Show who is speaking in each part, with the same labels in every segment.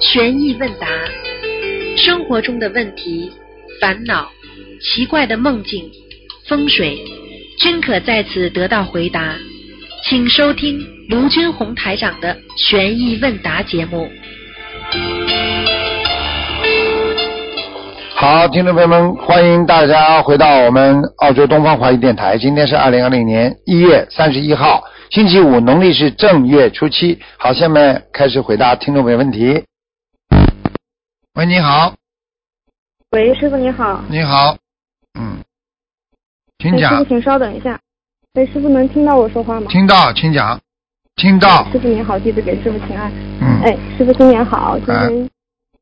Speaker 1: 悬疑问答，生活中的问题、烦恼、奇怪的梦境、风水，均可在此得到回答。请收听卢军红台长的悬疑问答节目。
Speaker 2: 好，听众朋友们，欢迎大家回到我们澳洲东方华语电台。今天是二零二零年一月三十一号，星期五，农历是正月初七。好，下面开始回答听众朋友问题。喂，你好，
Speaker 3: 喂，师傅你好。
Speaker 2: 你好，嗯，请
Speaker 3: 哎，师傅，
Speaker 2: 讲，
Speaker 3: 请稍等一下。哎，师傅能听到我说话吗？哎
Speaker 2: 听到，请讲，听到，
Speaker 3: 师傅您好，弟子给师傅请安。
Speaker 2: 嗯，
Speaker 3: 哎，师傅新年好，今
Speaker 2: 哎
Speaker 3: 天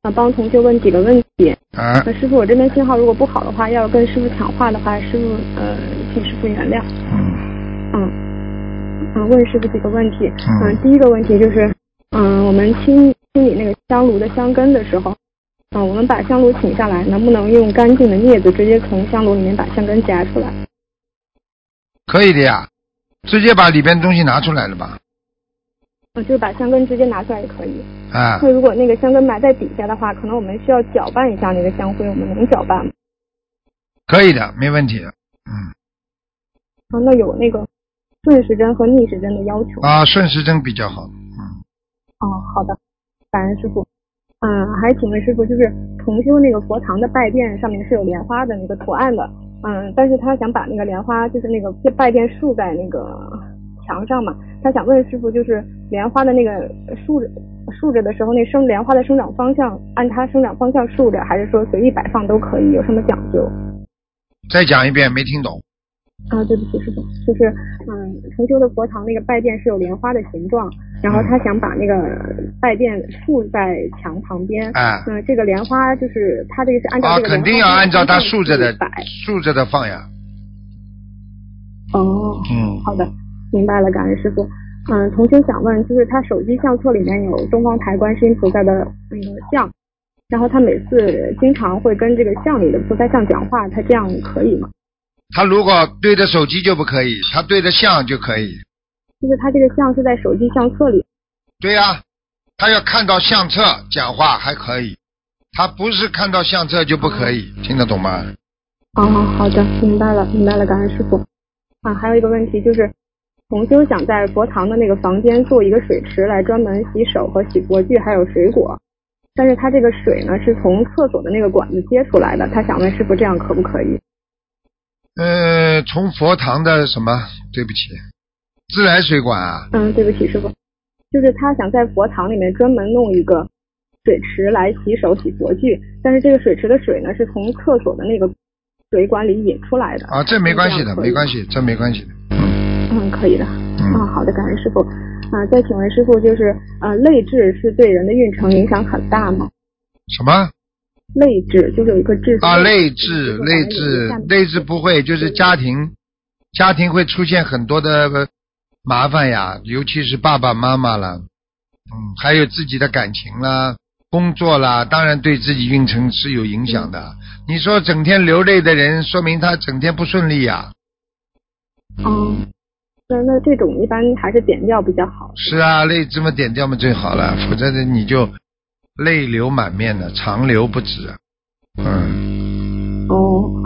Speaker 3: 想帮同学问几个问题。
Speaker 2: 啊，
Speaker 3: 呃，师傅，我这边信号如果不好的话，要跟师傅抢话的话，师傅呃，请师傅原谅。
Speaker 2: 嗯，
Speaker 3: 嗯，嗯，问师傅几个问题。
Speaker 2: 嗯
Speaker 3: 嗯，第一个问题就是，嗯，我们清清理那个香炉的香根的时候，嗯，我们把香炉请下来，能不能用干净的镊子直接从香炉里面把香根夹出来？
Speaker 2: 可以的呀，直接把里边东西拿出来了吧？
Speaker 3: 嗯，就是把香根直接拿出来也可以。
Speaker 2: 啊，
Speaker 3: 那如果那个香根埋在底下的话，可能我们需要搅拌一下那个香灰，我们能搅拌吗？
Speaker 2: 可以的，没问题的，嗯，
Speaker 3: 啊，那有那个顺时针和逆时针的要求。
Speaker 2: 啊，顺时针比较好，嗯，
Speaker 3: 哦，好的，感恩师傅。嗯，还请问师傅，就是重修那个佛堂的拜殿上面是有莲花的那个图案的，嗯，但是他想把那个莲花就是那个拜殿竖在那个墙上嘛，他想问师傅，就是莲花的那个竖着竖着的时候，那生莲花的生长方向按它生长方向竖着，还是说随意摆放都可以？有什么讲究？
Speaker 2: 再讲一遍，没听懂。
Speaker 3: 啊，对不起，师傅，就是嗯，重修的佛堂那个拜殿是有莲花的形状，然后他想把那个拜殿竖在墙旁边。
Speaker 2: 哎
Speaker 3: 嗯，这个莲花就是他这个是按照
Speaker 2: 啊，
Speaker 3: 这个莲花
Speaker 2: 肯定要按照它
Speaker 3: 的
Speaker 2: 竖着的
Speaker 3: 去摆。
Speaker 2: 竖着的放呀。
Speaker 3: 哦，
Speaker 2: 嗯，
Speaker 3: 好的，明白了，感恩师傅。嗯，同学想问，就是他手机相册里面有东方台观世音菩萨的那个像，然后他每次经常会跟这个像里的菩萨像讲话，他这样可以吗？
Speaker 2: 他如果对着手机就不可以，他对着像就可以。
Speaker 3: 就是他这个像是在手机相册里。
Speaker 2: 对呀、他要看到相册讲话还可以，他不是看到相册就不可以，听得懂吗？
Speaker 3: 哦，好的，明白了，明白了，感恩师傅。啊，还有一个问题就是，同修想在佛堂的那个房间做一个水池，来专门洗手和洗锅具，还有水果。但是他这个水呢，是从厕所的那个管子接出来的。他想问师傅，这样可不可以？
Speaker 2: 呃，从佛堂的什么？对不起，自来水管啊，
Speaker 3: 嗯，对不起，师傅，就是他想在佛堂里面专门弄一个水池来洗手、洗锅具，但是这个水池的水呢，是从厕所的那个水管里引出来的。
Speaker 2: 啊，这没关系的，没关
Speaker 3: 系。
Speaker 2: 系，这没关系的。
Speaker 3: 嗯，可以的。啊，
Speaker 2: 嗯，
Speaker 3: 好的，感恩师傅。啊，再请问师傅，就是呃，类质是对人的运程影响很大吗？
Speaker 2: 什么
Speaker 3: 类质就是有一个质
Speaker 2: 啊？内置，内置，内置不会，就是家庭，家庭会出现很多的呃麻烦呀，尤其是爸爸妈妈啦，嗯，还有自己的感情啦、工作啦，当然对自己运程是有影响的。你说整天流泪的人，说明他整天不顺利呀。
Speaker 3: 哦、那那这种一般还是点掉比较好。
Speaker 2: 是啊，泪这么点掉嘛最好了，否则你就泪流满面的，长流不止。啊嗯，
Speaker 3: 哦，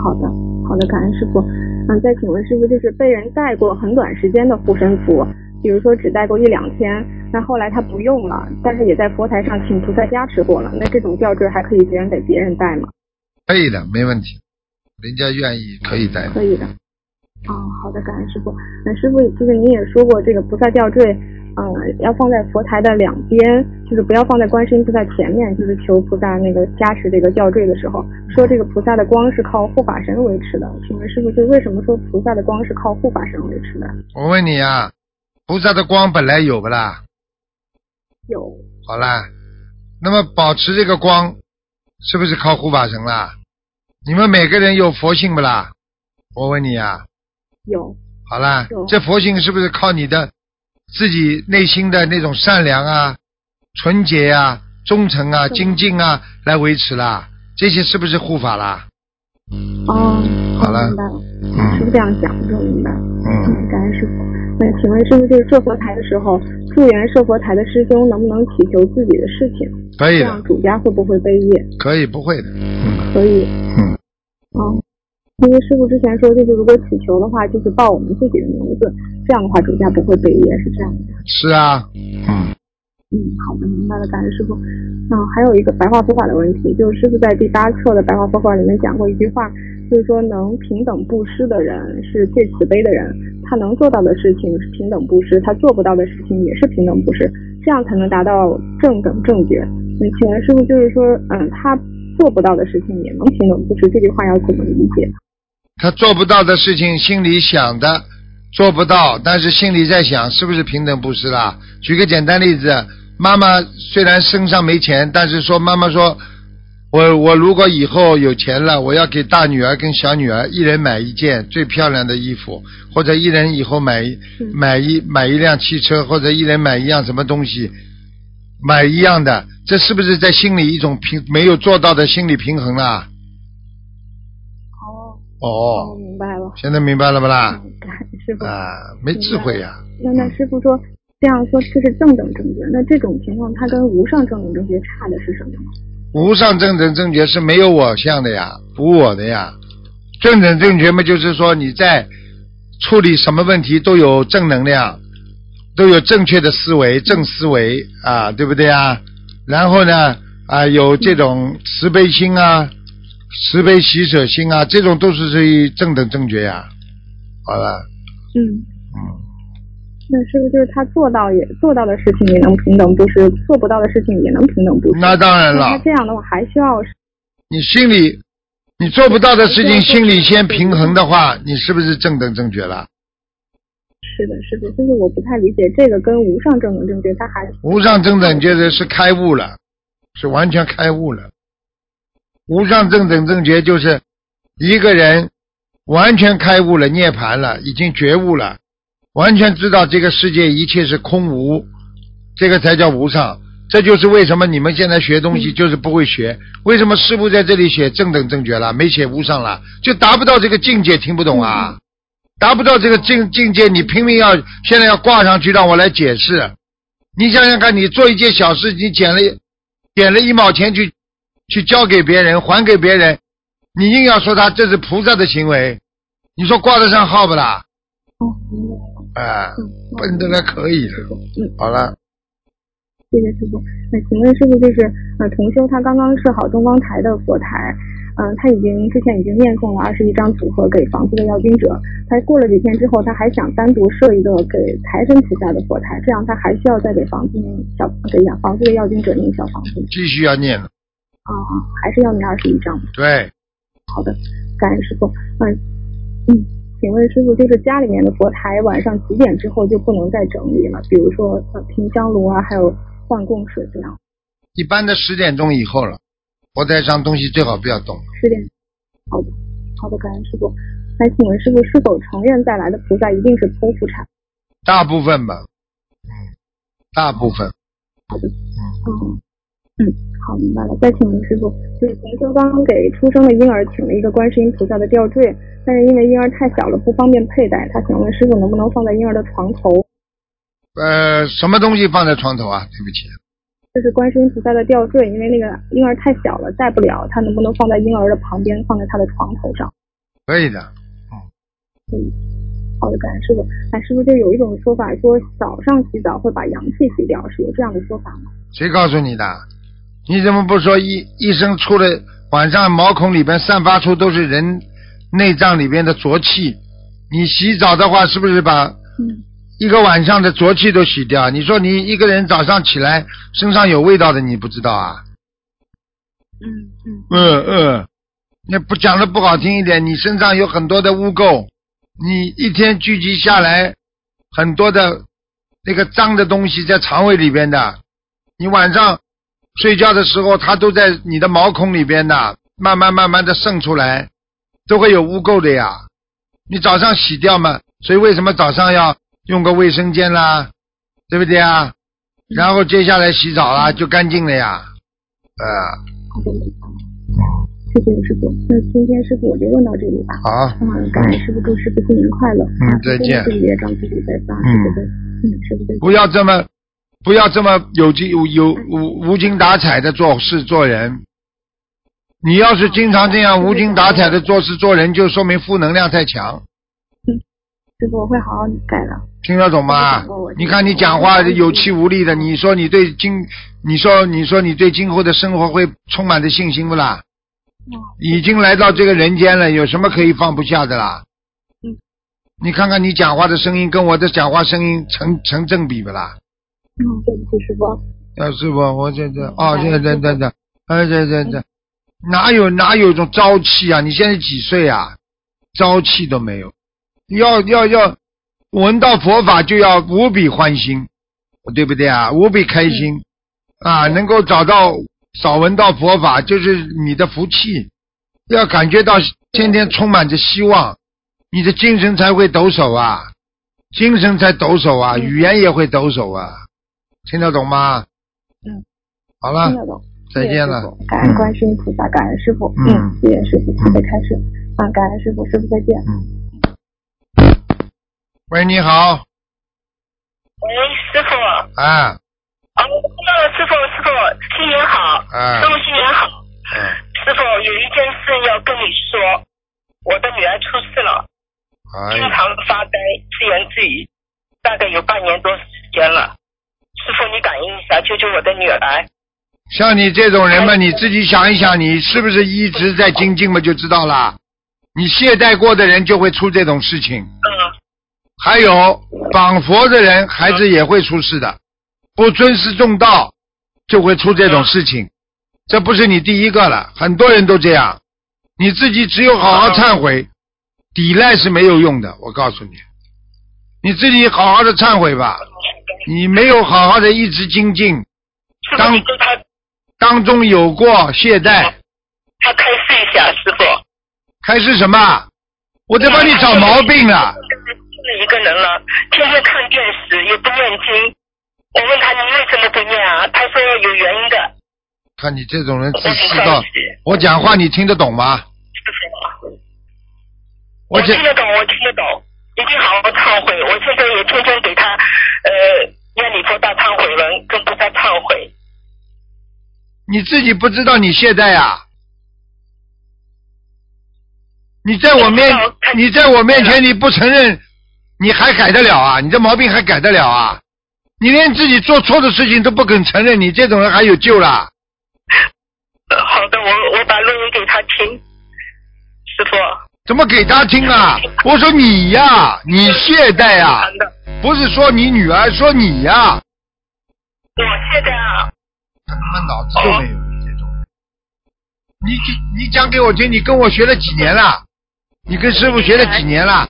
Speaker 3: 好的，好的，感恩师傅。嗯，再请问师傅，就是被人带过很短时间的护身符，比如说只带过一两天，那后来他不用了，但是也在佛台上请菩萨加持过了，那这种吊坠还可以别人给别人戴吗？
Speaker 2: 可以的，没问题，人家愿意可以带的。
Speaker 3: 可以的。哦，好的，感恩师傅。那师傅就是您也说过，这个菩萨吊坠，嗯、要放在佛台的两边，就是不要放在观世音菩萨前面，就是求菩萨那个加持这个吊坠的时候，说这个菩萨的光是靠护法神维持的。请问师傅，就为什么说菩萨的光是靠护法神维持的？
Speaker 2: 我问你啊，菩萨的光本来有不啦？
Speaker 3: 有，
Speaker 2: 好啦，那么保持这个光，是不是靠护法神啦？你们每个人有佛性不啦？我问你啊，
Speaker 3: 有，
Speaker 2: 好啦
Speaker 3: 有，
Speaker 2: 这佛性是不是靠你的自己内心的那种善良啊、纯洁啊、忠诚啊、
Speaker 3: 对
Speaker 2: 精进啊来维持啦？这些是不是护法啦？
Speaker 3: 哦，
Speaker 2: 好了
Speaker 3: 明白了，师傅
Speaker 2: 嗯
Speaker 3: 这样讲，我就明白了。
Speaker 2: 嗯，
Speaker 3: 嗯，感恩师傅。那嗯，请问师傅，就是设佛台的时候，助缘设佛台的师兄能不能祈求自己的事情？
Speaker 2: 可以的
Speaker 3: 这样，主家会不会背业？
Speaker 2: 可以，不会的，嗯
Speaker 3: 可以。
Speaker 2: 嗯，
Speaker 3: 哦，因为师傅之前说，就是如果祈求的话，就是报我们自己的名字，这样的话主家不会背业，是这样的。
Speaker 2: 是啊，嗯，
Speaker 3: 嗯，好的，明白了，感恩师傅。嗯，还有一个白话佛法的问题，就是师傅在第八课的白话佛法里面讲过一句话，就是说能平等布施的人是最慈悲的人，他能做到的事情是平等布施，他做不到的事情也是平等布施，这样才能达到正等正觉。嗯，请问师傅就是说，嗯，他做不到的事情也能平等布施，这句话要怎么理解？
Speaker 2: 他做不到的事情，心里想的做不到，但是心里在想是不是平等布施啦？举个简单例子，妈妈虽然身上没钱，但是说妈妈说，我我如果以后有钱了，我要给大女儿跟小女儿一人买一件最漂亮的衣服，或者一人以后买买一买一辆汽车，或者一人买一样什么东西，买一样的，这是不是在心里一种平没有做到的心理平衡啦？
Speaker 3: 哦，
Speaker 2: 哦，
Speaker 3: 明白了。
Speaker 2: 现在明白了不啦？
Speaker 3: 感恩师傅。
Speaker 2: 啊，没智慧呀、
Speaker 3: 那那师傅说这样说这是正等正觉，那这种情况它跟无上正等正觉差的是什么？
Speaker 2: 无上正等正觉是没有我相的呀，无我的呀。正等正觉嘛，就是说你在处理什么问题都有正能量，都有正确的思维、正思维啊，对不对啊？然后呢，啊，有这种慈悲心啊、慈悲喜舍心啊，这种都是属于正等正觉呀。好了，
Speaker 3: 嗯，
Speaker 2: 嗯。
Speaker 3: 那师傅就是他做到也做到的事情也能平等布施，做不到的事情也能平等布施。
Speaker 2: 那当然
Speaker 3: 那他
Speaker 2: 了，
Speaker 3: 这样的话还需要
Speaker 2: 你心里你做不到的事情，
Speaker 3: 对
Speaker 2: 心里先平衡的话，你是不是正等正觉了？
Speaker 3: 是的，师傅，就是我不太理解这个跟无上正等正觉，它还
Speaker 2: 无上正等觉的是开悟了，是完全开悟了。无上正等正觉就是一个人完全开悟了，涅槃了，已经觉悟了，完全知道这个世界一切是空无，这个才叫无上。这就是为什么你们现在学东西就是不会学，为什么师傅在这里写正等正觉了，没写无上了，就达不到这个境界，听不懂啊？达不到这个境境界，你拼命要现在要挂上去，让我来解释。你想想看，你做一件小事，你捡了捡了一毛钱去去交给别人，还给别人，你硬要说他这是菩萨的行为，你说挂得上号不啦？
Speaker 3: 哦，
Speaker 2: 哎、
Speaker 3: 嗯，
Speaker 2: 笨的那可以了。好了，
Speaker 3: 谢谢师傅。那请问师傅，就是呃，同修他刚刚设好东方台的佛台，嗯、他已经之前已经念诵了二十一张组合给房子的要经者，他过了几天之后，他还想单独设一个给财神菩萨的佛台，这样他还需要再给房子念小给养房子的要经者念小房子吗
Speaker 2: 继续要念了。
Speaker 3: 啊、还是要念二十一张。
Speaker 2: 对，
Speaker 3: 好的，感恩师傅。嗯嗯，请问师傅，就是家里面的佛台晚上几点之后就不能再整理了？比如说呃平香炉啊，还有换供水这样。
Speaker 2: 一般的十点钟以后了，佛台上东西最好不要动。
Speaker 3: 十点。好的，好的，感恩师傅。还请问师傅，是否承认再来的菩萨一定是剖腹产？
Speaker 2: 大部分吧，嗯，大部分
Speaker 3: 嗯嗯，好，明白了。再请问师傅，就是同修刚刚给出生的婴儿请了一个观世音菩萨的吊坠，但是因为婴儿太小了不方便佩戴，他想问师傅能不能放在婴儿的床头？
Speaker 2: 呃，什么东西放在床头啊？对不起，
Speaker 3: 就是观世音菩萨的吊坠，因为那个婴儿太小了戴不了，他能不能放在婴儿的旁边，放在他的床头上？
Speaker 2: 可以的。
Speaker 3: 好的，感恩师傅。哎，师傅就有一种说法说早上洗澡会把阳气洗掉，是有这样的说法吗？
Speaker 2: 谁告诉你的？你怎么不说一一生出来，晚上毛孔里边散发出都是人内脏里边的浊气？你洗澡的话，是不是把
Speaker 3: 嗯。
Speaker 2: 一个晚上的浊气都洗掉？你说你一个人早上起来身上有味道的，你不知道啊？
Speaker 3: 嗯，嗯，
Speaker 2: 嗯嗯，那不讲的不好听一点，你身上有很多的污垢，你一天聚集下来，很多的那个脏的东西在肠胃里边的，你晚上睡觉的时候，它都在你的毛孔里边的，慢慢慢慢的渗出来，都会有污垢的呀。你早上洗掉嘛，所以为什么早上要用个卫生间啦，对不对啊？然后接下来洗澡啦，就干净了呀，呃。
Speaker 3: 好的，谢谢师傅。那今天师傅我就问到这里吧。
Speaker 2: 好，
Speaker 3: 嗯，感恩师傅，祝师傅新年快乐。
Speaker 2: 嗯，再见。
Speaker 3: 自己业障自己再发，师傅再，嗯，师傅再见。
Speaker 2: 不要这么，不要这么有精有有无无精打采的做事做人。你要是经常这样无精打采的做事做人，就说明负能量太强。
Speaker 3: 师傅，我会好好改的。
Speaker 2: 听得懂吗？你看你讲话有气无力的，你说你对今，你说你说你对今后的生活会充满着信心不啦？
Speaker 3: 嗯
Speaker 2: 已经来到这个人间了，有什么可以放不下的啦？
Speaker 3: 嗯。
Speaker 2: 你看看你讲话的声音跟我的讲话声音成成正比不啦？
Speaker 3: 嗯，对不起，师傅。
Speaker 2: 啊，师傅，我这这哦，这这这这，哎，这这这，哪有哪有一种朝气啊？你现在几岁啊？朝气都没有，要要要，闻到佛法就要无比欢心，对不对啊？无比开心、啊！能够找到少闻到佛法，就是你的福气。要感觉到天天充满着希望，你的精神才会抖擞啊，精神才抖擞啊，语言也会抖擞啊，听得懂吗？
Speaker 3: 嗯，
Speaker 2: 好了
Speaker 3: 听，得懂。
Speaker 2: 再见了
Speaker 3: 谢谢师父感恩观世音菩萨，感恩师傅，
Speaker 2: 嗯
Speaker 3: 谢谢师傅，慈悲开示，啊，感恩师傅，师傅再见。
Speaker 2: 喂，你好，
Speaker 4: 喂，师傅。哦，
Speaker 2: 啊
Speaker 4: 师傅，师傅，新年好，
Speaker 2: 啊
Speaker 4: 师傅新年好。
Speaker 2: 嗯，
Speaker 4: 师傅，有一件事要跟你说，我的女儿出事了，
Speaker 2: 哎
Speaker 4: 经，常发呆，自言自语，大概有半年多时间了。师傅，你感应一下，救救我的女儿。
Speaker 2: 像你这种
Speaker 3: 哎
Speaker 2: 人嘛，你自己想一想，你是不是一直在精进嘛，就知道啦。你懈怠过的人就会出这种事情，
Speaker 4: 嗯，
Speaker 2: 还有绑佛的人，孩子也会出事的，不尊师重道就会出这种事情，这不是你第一个了，很多人都这样。你自己只有好好忏悔，抵赖是没有用的，我告诉你，你自己好好的忏悔吧，你没有好好的一直精进，
Speaker 4: 师傅，
Speaker 2: 当
Speaker 4: 你跟他
Speaker 2: 当中有过懈怠，
Speaker 4: 他开示一下，师傅。
Speaker 2: 还是什么？我在帮你找毛病了。
Speaker 4: 是一个人了，天天看电视，也不念经。我问他你为什么不念啊？他说有原因的。
Speaker 2: 看你这种人自
Speaker 4: 我很
Speaker 2: 私
Speaker 4: 生
Speaker 2: 到
Speaker 4: 气，。
Speaker 2: 我讲话你听得懂吗？
Speaker 4: 师傅，
Speaker 2: 我讲
Speaker 4: 听得懂，我听得懂，一定好好忏悔。我现在也天天给他，呃，念礼佛大忏悔文，跟菩萨忏悔。
Speaker 2: 你自己不知道你懈怠啊？你在我面
Speaker 4: 我知道看，
Speaker 2: 你在我面前你不承认，你还改得了啊？你这毛病还改得了啊？你连自己做错的事情都不肯承认，你这种人还有救啦？
Speaker 4: 呃好的，我我把录音给他听。师傅，
Speaker 2: 怎么给他听啊？我说你呀、你懈怠啊，
Speaker 4: 男的，
Speaker 2: 不是说你女儿，说你呀、
Speaker 4: 我现在啊，
Speaker 2: 他他妈脑子都没有你这种人。你讲你讲给我听，你跟我学了几年了？你跟师傅学了几年了？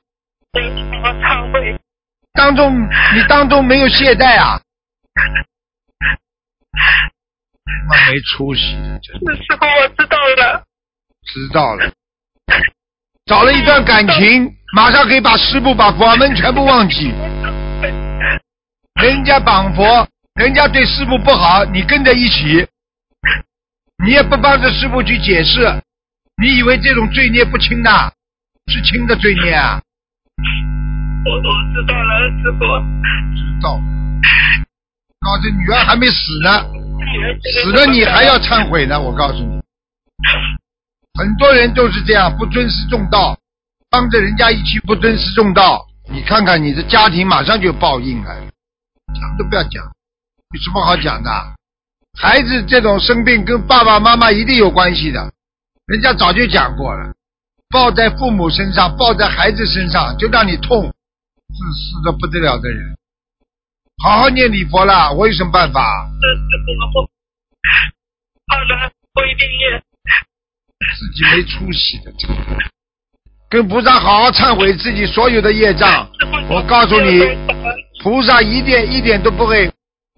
Speaker 4: 为什么忏悔？
Speaker 2: 当中你当中没有懈怠啊？他妈没出息，真的
Speaker 4: 师傅，我知道了。
Speaker 2: 知道了。找了一段感情，马上可以把师傅、把法门全部忘记。人家绑佛，人家对师傅不好，你跟着一起，你也不帮着师傅去解释，你以为这种罪孽不轻呐？是轻的罪孽啊！
Speaker 4: 我我知道了，师傅。
Speaker 2: 知道，告诉女儿还没死呢，
Speaker 4: 女儿现在
Speaker 2: 死了你还要忏悔呢，我告诉你，很多人都是这样，不尊师重道，帮着人家一起不尊师重道，你看看你的家庭马上就有报应了，讲都不要讲，有什么好讲的？孩子这种生病跟爸爸妈妈一定有关系的，人家早就讲过了，抱在父母身上，抱在孩子身上，就让你痛，自私的不得了的人。好好念礼佛啦，我有什么办法？
Speaker 4: 师傅，我好的，我一定念。
Speaker 2: 自己没出息的，这个跟菩萨好好忏悔自己所有的业障。我告诉你，菩萨一点一点都不会，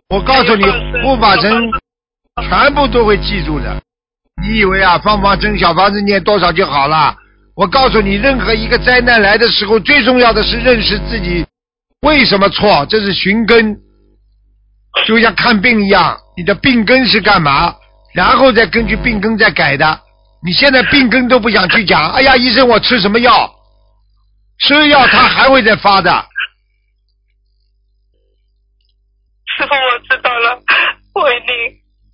Speaker 2: 我告诉你，护法神全部都会记住的。你以为啊，放放生小房子念多少就好了？我告诉你，任何一个灾难来的时候，最重要的是认识自己为什么错，这是寻根，就像看病一样，你的病根是干嘛，然后再根据病根再改的。你现在病根都不想去讲，哎呀，医生，我吃什么药？吃药它还会再发的。
Speaker 4: 师傅，我知道了，我一定，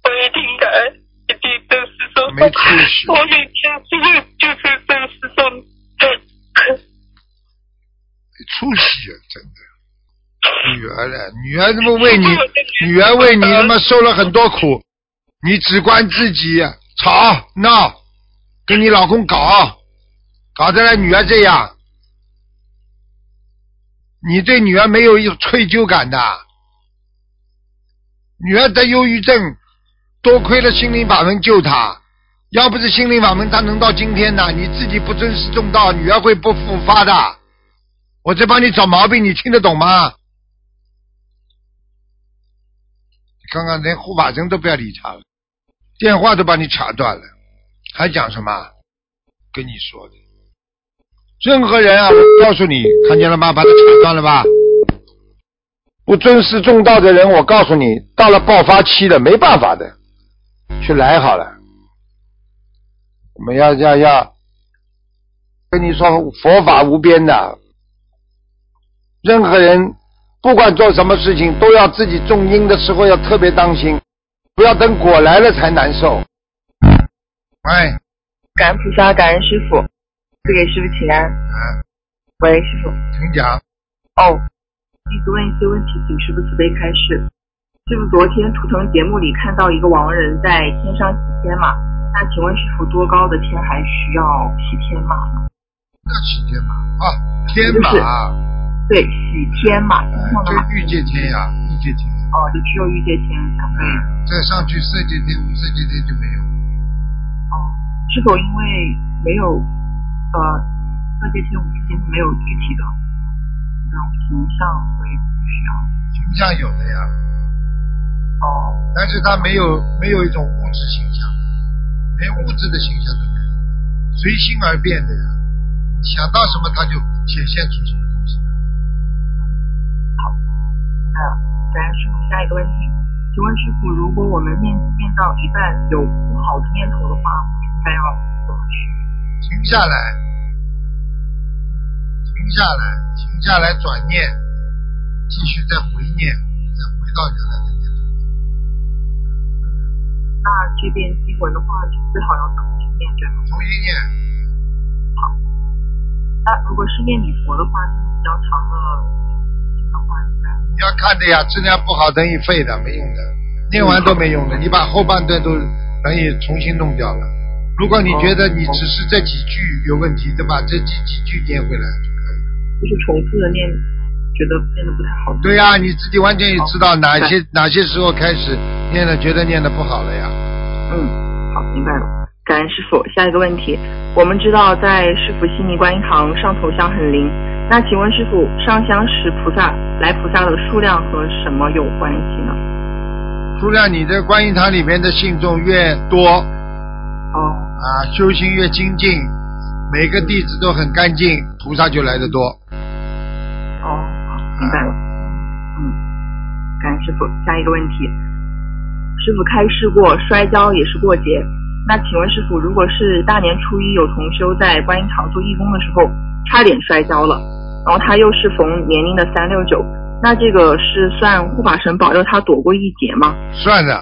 Speaker 4: 我一定感恩，一定真实做。
Speaker 2: 没出息
Speaker 4: 我每天就是就是真实做。
Speaker 2: 出息啊，真的。女儿嘞，女儿他妈为你，女儿为你他妈受了很多苦，你只管自己吵闹，跟你老公搞，搞得来女儿这样，你对女儿没有一种愧疚感的。女儿得忧郁症，多亏了心灵法门救她，要不是心灵法门，她能到今天呢。你自己不尊师重道，女儿会不复发的。我在帮你找毛病，你听得懂吗？看看连护法神都不要理他了，电话都把你掐断了，还讲什么？跟你说的，任何人啊，我告诉你，看见了吗？把他掐断了吧。不尊师重道的人，我告诉你，到了爆发期了，没办法的，去来好了。我们要要要跟你说，佛法无边的，任何人不管做什么事情，都要自己种因的时候要特别当心，不要等果来了才难受。哎，
Speaker 5: 感恩菩萨，感恩师傅，不给师傅请安。
Speaker 2: 嗯，
Speaker 5: 喂，师傅。
Speaker 2: 请讲，
Speaker 5: 哦，弟子问一些问题，请师傅慈悲开示。师傅，昨天图腾节目里看到一个亡人在天上洗天嘛？那请问师傅，多高的天还需要洗天马？
Speaker 2: 那是天马啊，天马，
Speaker 5: 对，洗天马，天上的马
Speaker 2: 这玉界天呀、玉界天。
Speaker 5: 哦，就只有御界天才会。
Speaker 2: 再上去色界天、无色界天就没有。
Speaker 5: 哦，是否因为没有呃色界天、无界天没有具体的那种形象，所以不需要？
Speaker 2: 形象有的呀，
Speaker 5: 哦，
Speaker 2: 但是它没有没有一种物质形象，连物质的形象都没有，随心而变的呀。想到什么它就显现出什么东西。
Speaker 5: 还有，感恩师傅下一个问题，请问师傅，如果我们念经念到一半有不好的念头的话，我们应该要怎么去？
Speaker 2: 停下来，停下来，停下来，转念，继续再回念，再回到原来的念头。
Speaker 5: 那这边经文的话，就最好要重新念对吗？
Speaker 2: 重新念，
Speaker 5: 那如果是念礼佛的话，就是比较长的这个话应该
Speaker 2: 你要看的呀，质量不好等于废的，没用的，念完都没用的，你把后半段都等于重新弄掉了。如果你觉得你只是这几句有问题，对吧？这几几句念回来就可以了。
Speaker 5: 就是重复的念，觉得念的不太好。
Speaker 2: 对呀、你自己完全也知道哪些哪些时候开始念了，觉得念的不好了呀。
Speaker 5: 嗯，好，明白了。感恩师傅，下一个问题，我们知道在师傅悉尼观音堂上头香很灵，那请问师傅上香时菩萨来菩萨的数量和什么有关系呢？
Speaker 2: 数量你的观音堂里面的信众越多，
Speaker 5: 哦，
Speaker 2: 啊，修行越精进，每个弟子都很干净，菩萨就来的多。
Speaker 5: 哦，好，明白了。嗯，感恩师傅，下一个问题，师傅开示过摔跤也是过节，那请问师傅，如果是大年初一有同修在观音堂做义工的时候差点摔跤了，然后他又是逢年龄的三六九，那这个是算护法神保佑他躲过一劫吗？
Speaker 2: 算了，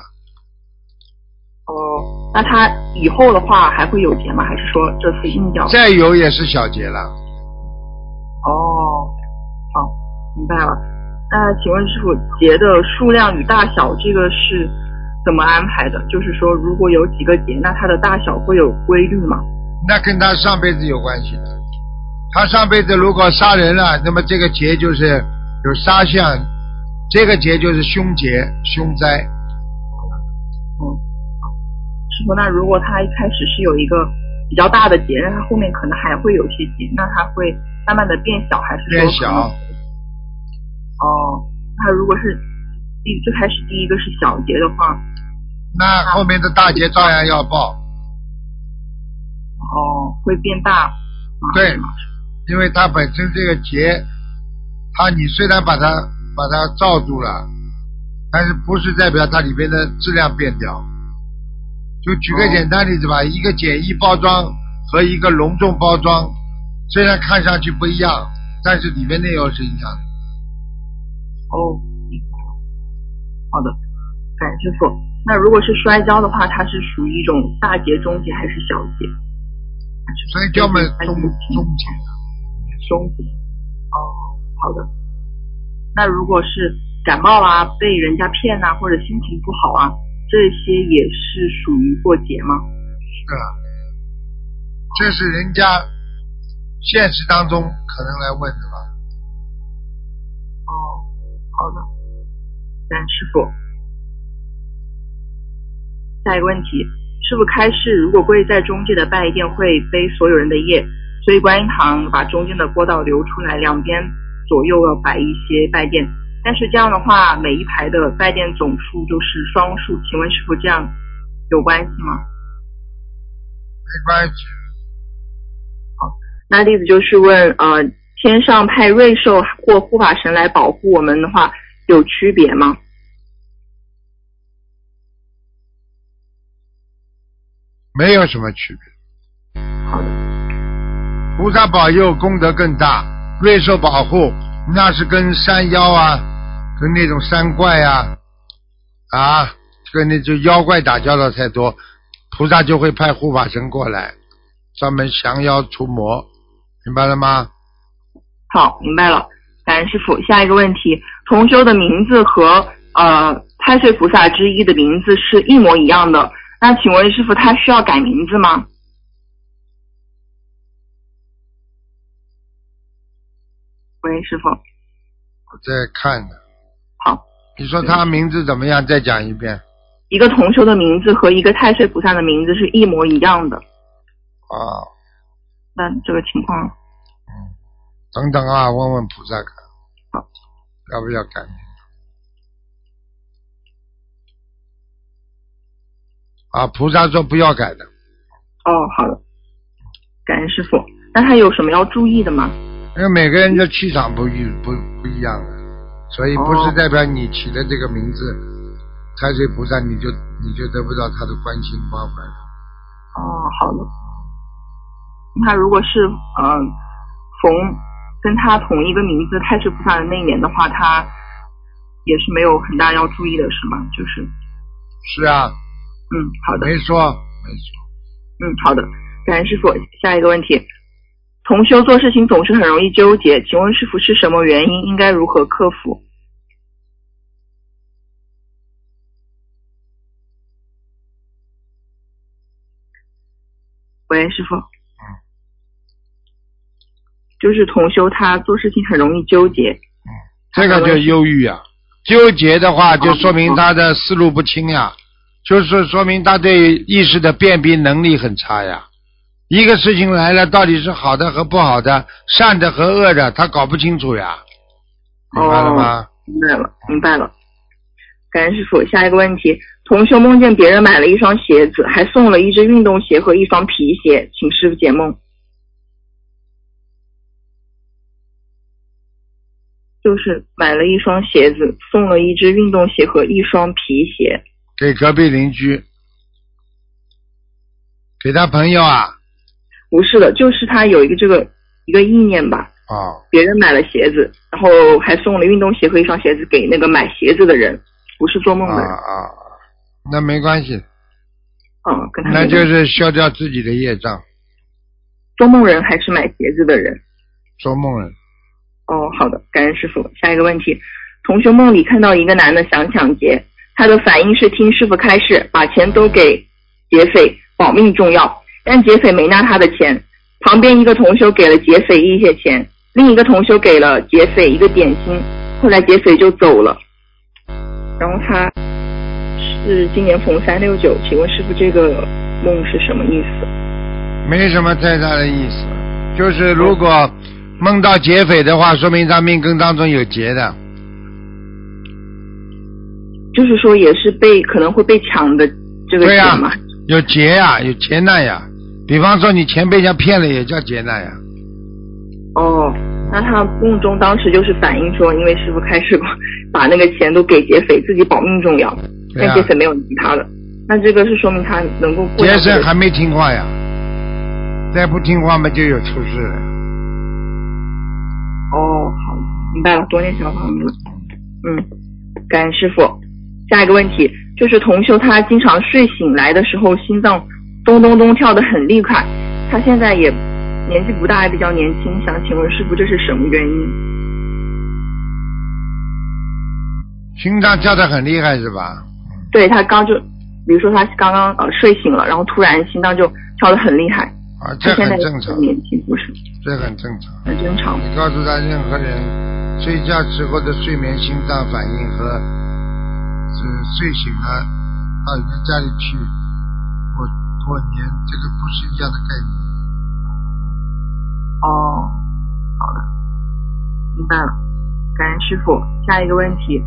Speaker 5: 哦，那他以后的话还会有劫吗？还是说这次硬掉？
Speaker 2: 再有也是小节了。
Speaker 5: 哦，好，明白了。那请问师傅，节的数量与大小这个是怎么安排的？就是说，如果有几个节，那它的大小会有规律吗？
Speaker 2: 那跟他上辈子有关系的。他上辈子如果杀人了，那么这个劫就是有杀相，这个劫就是凶劫、凶灾。
Speaker 5: 哦师傅，那如果他一开始是有一个比较大的节，那他后面可能还会有些节，那他会慢慢的变小，还是说
Speaker 2: 变
Speaker 5: 可能
Speaker 2: 小？
Speaker 5: 哦，那如果是第最开始第一个是小节的话，
Speaker 2: 那后面的大劫照样要报，
Speaker 5: 哦，会变大。
Speaker 2: 对因为他本身这个劫，他你虽然把它把它罩住了，但是不是代表它里边的质量变掉？就举个简单例子吧，一个简易包装和一个隆重包装，虽然看上去不一样，但是里面内容是一样的。
Speaker 5: 哦，明白了。好的，感恩师傅。那如果是摔跤的话，它是属于一种大节、中节还是小节？
Speaker 2: 所以叫我们中中
Speaker 5: 节，中节。哦，好的。那如果是感冒啊、被人家骗啊，或者心情不好啊，这些也是属于过节吗？
Speaker 2: 是啊，这是人家现实当中可能来问的吧。
Speaker 5: 哦，好的，感恩师傅。下一个问题。师傅开示，如果跪在中介的拜殿会背所有人的业，所以观音堂把中间的过道留出来，两边左右要摆一些拜殿。但是这样的话，每一排的拜殿总数就是双数。请问师傅这样有关系吗？
Speaker 2: 没关系。
Speaker 5: 好，那弟子就是问，呃，天上派瑞兽或护法神来保护我们的话，有区别吗？
Speaker 2: 没有什么区
Speaker 5: 别。好的。
Speaker 2: 菩萨保佑，功德更大；瑞兽保护，那是跟山妖啊，跟那种山怪啊，啊，跟那种妖怪打交道太多，菩萨就会派护法神过来，专门降妖除魔，明白了吗？
Speaker 5: 好，明白了。感恩师傅。下一个问题，同修的名字和呃太岁菩萨之一的名字是一模一样的。那请问师傅，他需要改名字吗？喂，师傅。
Speaker 2: 我在看呢。
Speaker 5: 好。
Speaker 2: 你说他名字怎么样？再讲一遍。
Speaker 5: 一个同修的名字和一个太岁菩萨的名字是一模一样的。
Speaker 2: 哦。
Speaker 5: 那这个情况。
Speaker 2: 嗯。等等啊，问问菩萨看。
Speaker 5: 好。
Speaker 2: 要不要改名？啊，菩萨说不要改的。
Speaker 5: 哦，好的，感恩师傅。那还有什么要注意的吗？
Speaker 2: 因为每个人的气场不一不不一样的，所以不是代表你起的这个名字，太岁、哦、菩萨你就你就得不到他的关心关怀。
Speaker 5: 哦，好的。那如果是嗯、呃，逢跟他同一个名字太岁菩萨的那一年的话，他也是没有很大要注意的，是吗？就是。
Speaker 2: 是啊。
Speaker 5: 嗯，好的。
Speaker 2: 没说，没说。
Speaker 5: 嗯，好的。感恩师傅。下一个问题，同修做事情总是很容易纠结，请问师傅是什么原因？应该如何克服？喂，师傅。
Speaker 2: 嗯。
Speaker 5: 就是同修他做事情很容易纠结。
Speaker 2: 嗯，这个叫忧郁啊。纠结的话，就说明他的思路不清呀、啊。就是说明他对意识的辨别能力很差呀。一个事情来了，到底是好的和不好的，善的和恶的，他搞不清楚呀。明白了
Speaker 5: 吗？哦、明白了，明白了。感恩师傅。下一个问题，同修梦见别人买了一双鞋子，还送了一只运动鞋和一双皮鞋，请师傅解梦。就是买了一双鞋子，送了一只运动鞋和一双皮鞋。
Speaker 2: 给隔壁邻居，给他朋友啊？
Speaker 5: 不是的，就是他有一个这个一个意念吧。
Speaker 2: 哦。
Speaker 5: 别人买了鞋子，然后还送了运动鞋和一双鞋子给那个买鞋子的人，不是做梦的人。
Speaker 2: 啊啊，那没关系。
Speaker 5: 哦，跟他。
Speaker 2: 那就是消掉自己的业障。
Speaker 5: 做梦人还是买鞋子的人？
Speaker 2: 做梦人。
Speaker 5: 哦，好的，感恩师傅。下一个问题，同学梦里看到一个男的想抢劫。他的反应是听师傅开示，把钱都给劫匪，保命重要。但劫匪没拿他的钱，旁边一个同修给了劫匪一些钱，另一个同修给了劫匪一个点心。后来劫匪就走了。然后他是今年逢三六九，请问师傅这个梦是什么意思？
Speaker 2: 没什么太大的意思，就是如果梦到劫匪的话，说明他命根当中有劫的。
Speaker 5: 就是说，也是被可能会被抢的这个
Speaker 2: 钱
Speaker 5: 嘛，对啊、
Speaker 2: 有劫呀、啊，有劫难呀。比方说，你钱被人家骗了，也叫劫难呀。
Speaker 5: 哦，那他梦中当时就是反映说，因为啊师傅开始把那个钱都给劫匪，自己保命重要，但劫匪没有拿他的。那这个是说明他能够过
Speaker 2: 杰
Speaker 5: 到这
Speaker 2: 森
Speaker 5: 个
Speaker 2: 还没听话呀，再不听话嘛就有出事了。
Speaker 5: 哦，好，明白了，多念小房子了。嗯，感恩师傅。下一个问题就是同修他经常睡醒来的时候心脏咚咚咚跳得很厉害，他现在也年纪不大，也比较年轻，想请问师傅这是什么原因？
Speaker 2: 心脏跳得很厉害是吧？
Speaker 5: 对他刚就，比如说他刚刚呃睡醒了，然后突然心脏就跳得很厉害，
Speaker 2: 啊，
Speaker 5: 他
Speaker 2: 这
Speaker 5: 现
Speaker 2: 很
Speaker 5: 在也
Speaker 2: 正常
Speaker 5: 很，年轻，不是
Speaker 2: 这很正常。
Speaker 5: 很正常。
Speaker 2: 你告诉他，任何人睡觉时候的睡眠心脏反应和是睡醒了到人家家里去过过年，这个不是一样的概念。
Speaker 5: 哦，好的，明白了，感恩师傅。下一个问题，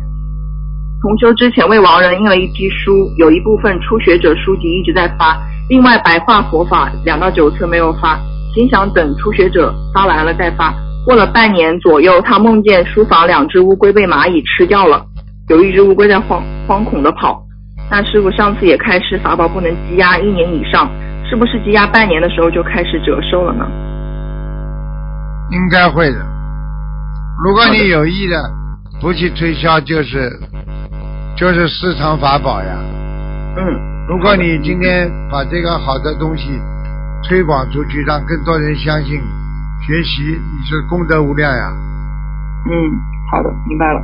Speaker 5: 同修之前为亡人印了一批书，有一部分初学者书籍一直在发，另外白话佛法两到九册没有发，心想等初学者发完了再发。过了半年左右，他梦见书房两只乌龟被蚂蚁吃掉了，有一只乌龟在惶惶恐的跑。那师傅上次也开示法宝不能积压一年以上，是不是积压半年的时候就开始折寿了呢？
Speaker 2: 应该会的。如果
Speaker 5: 好的
Speaker 2: 你有意的不去推销，就是就是市场法宝呀。
Speaker 5: 嗯。
Speaker 2: 如果你今天把这个好的东西推广出去，让更多人相信学习，你是功德无量呀。
Speaker 5: 嗯，好的，明白了。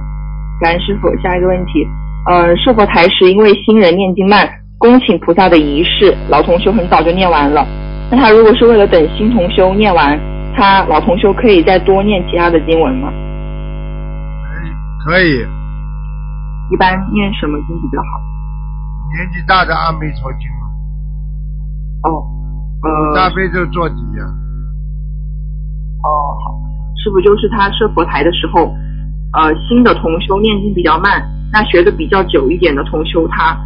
Speaker 5: 感恩师傅，下一个问题，呃，是否台时因为新人念经慢，恭请菩萨的仪式，老同修很早就念完了。那他如果是为了等新同修念完，他老同修可以再多念其他的经文吗？
Speaker 2: 可以，
Speaker 5: 一般念什么经比较好？
Speaker 2: 年纪大的阿弥陀经，
Speaker 5: 哦，
Speaker 2: 大
Speaker 5: 呃，
Speaker 2: 悲咒做底呀、
Speaker 5: 哦，好，师傅就是他设佛台的时候，呃，新的同修念经比较慢，那学的比较久一点的同修他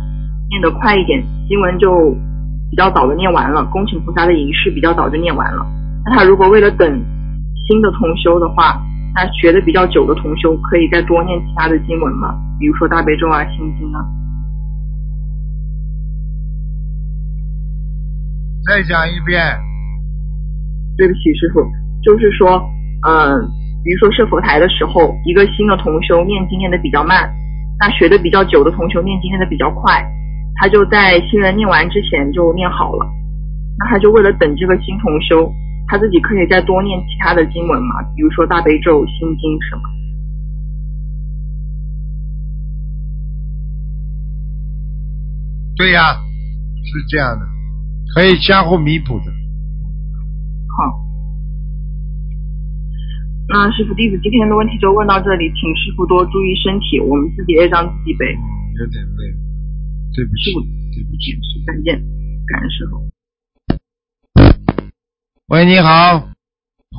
Speaker 5: 念得快一点，经文就比较早的念完了，恭请菩萨的仪式比较早就念完了。那他如果为了等新的同修的话，那学的比较久的同修可以再多念其他的经文吗？比如说大悲咒啊、心经啊。
Speaker 2: 再讲一遍，
Speaker 5: 对不起，师傅，就是说，嗯，比如说设佛台的时候，一个新的同修念经念的比较慢，那学的比较久的同修念经念的比较快，他就在新人念完之前就念好了，那他就为了等这个新同修，他自己可以再多念其他的经文嘛，比如说大悲咒、心经什么。
Speaker 2: 对呀、是这样的，可以相互弥补的。
Speaker 5: 好，那师傅弟子今天的问题就问到这里，请师傅多注意身体，我们自己也让自己背。
Speaker 2: 嗯，有点累，对不起
Speaker 5: 是我，
Speaker 2: 对不起。
Speaker 5: 再见，感恩师傅。
Speaker 2: 喂，你好，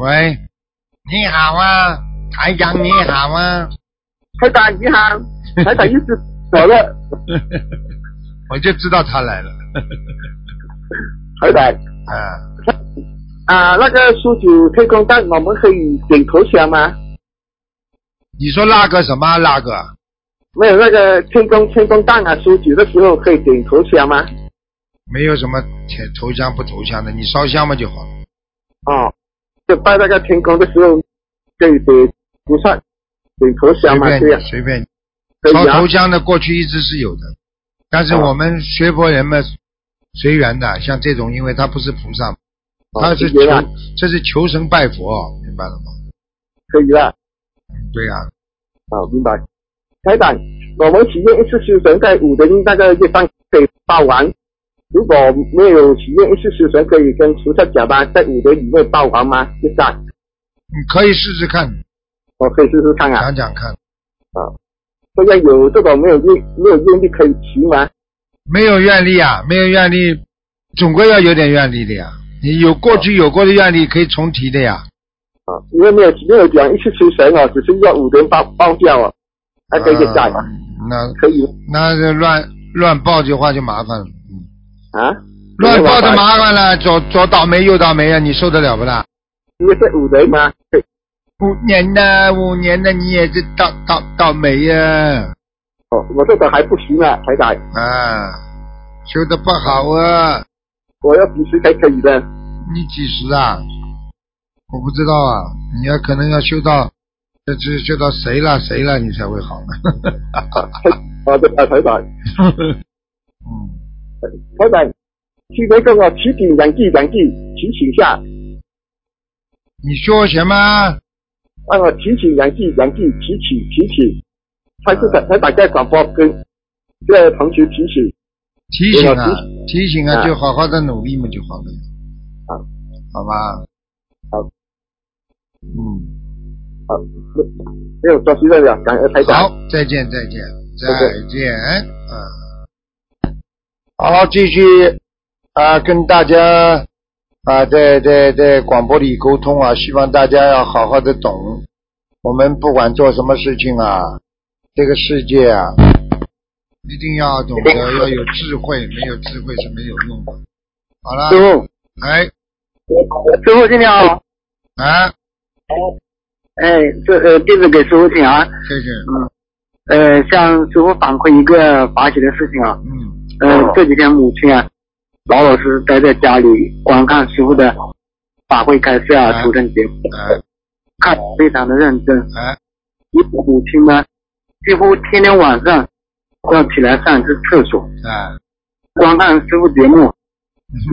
Speaker 2: 喂，你好啊，台长你好啊，
Speaker 6: 台长你 好，台长一直走了，
Speaker 2: 我就知道他来了，
Speaker 6: 台长
Speaker 2: 啊，
Speaker 6: 啊，那个苏九太空站我们可以点头像吗？
Speaker 2: 你说那个什么那个？
Speaker 6: 没有那个天宫天宫站啊，苏九的时候可以点头像吗？
Speaker 2: 没有什么投降不投降的，你烧香嘛就好了。
Speaker 6: 哦，就拜那个天宫的时候可以给菩萨点头像
Speaker 2: 随
Speaker 6: 吗？
Speaker 2: 便
Speaker 6: 这样
Speaker 2: 你，随便你。
Speaker 6: 可以
Speaker 2: 烧
Speaker 6: 啊
Speaker 2: 头。香哦的过去一直是有的，但是
Speaker 6: 哦
Speaker 2: 我们学佛人们随缘的，像这种，因为他不是菩萨，
Speaker 6: 哦
Speaker 2: 他是
Speaker 6: 可
Speaker 2: 求
Speaker 6: 以了，，
Speaker 2: 这是求神拜佛，明白了吗？
Speaker 6: 可以啊了。
Speaker 2: 嗯对呀、
Speaker 6: 好，哦明白。台长，我们许愿一次修神在五的那个月份可以报完。如果没有许愿一次修神，可以跟菩萨讲吧，在五的以内报完吗？月上，
Speaker 2: 你可以试试看，
Speaker 6: 我可以试试看啊。哦
Speaker 2: 讲讲看。
Speaker 6: 现在有这种没有愿没有愿力可以提吗？
Speaker 2: 没有愿力啊，没有愿力，总归要有点愿力的呀。你有过去有过的愿力可以重提的呀。
Speaker 6: 啊，因为没有没有讲一次修神哦，只是要五人报报掉哦，那可以
Speaker 2: 嗯
Speaker 6: 讲吗？
Speaker 2: 那
Speaker 6: 可以
Speaker 2: 那就乱乱报的话就麻烦了。嗯
Speaker 6: 啊？
Speaker 2: 乱报的？麻烦了，左左倒霉右倒霉啊，你受得了不啦？
Speaker 6: 因为是五人吗？对，
Speaker 2: 五年呢，五年呢，你也是倒倒倒霉呀、
Speaker 6: 哦，我这种还不行啊，台长。
Speaker 2: 啊啊！修的不好啊！
Speaker 6: 我要几时才可以呢？
Speaker 2: 你几时啊？我不知道啊，你要可能要修到，这这修到谁了谁了，你才会好呢。
Speaker 6: 好的，啊，台长，
Speaker 2: 嗯，
Speaker 6: 台长，请那个我提点两句两句，提醒一下，
Speaker 2: 你说什么？
Speaker 6: 让我提醒两句两句，提醒提醒。他是台台长在广播跟这同学提醒，
Speaker 2: 提醒啊
Speaker 6: 我要，
Speaker 2: 提醒啊，
Speaker 6: 啊
Speaker 2: 就好好的努力嘛就好了。
Speaker 6: 好，
Speaker 2: 好吧。
Speaker 6: 好。
Speaker 2: 嗯，
Speaker 6: 啊，没有关系的了，感恩台长。
Speaker 2: 好，再见，再见，
Speaker 6: 再见
Speaker 2: 再见。嗯，好，继续啊、跟大家啊、在在在广播里沟通啊，希望大家要好好的懂，我们不管做什么事情啊，这个世界啊，一定要懂得要有智慧，没有智慧是没有用的。好
Speaker 6: 师
Speaker 2: 了，
Speaker 6: 傅，
Speaker 2: 哎
Speaker 6: 师傅今天好。
Speaker 2: 啊，
Speaker 6: 哎，这呃，弟子给师傅请安。
Speaker 2: 谢谢，
Speaker 6: 呃，向师傅反馈一个法喜的事情啊。
Speaker 2: 嗯，
Speaker 6: 呃，这几天母亲啊，老老实实待在家里观看师傅的法会开示啊，
Speaker 2: 啊
Speaker 6: 主证节目，
Speaker 2: 哎
Speaker 6: 看得非常的认真。
Speaker 2: 哎，
Speaker 6: 你母亲呢，几乎天天晚上都要起来上一次厕所，
Speaker 2: 哎，
Speaker 6: 观看师傅节目，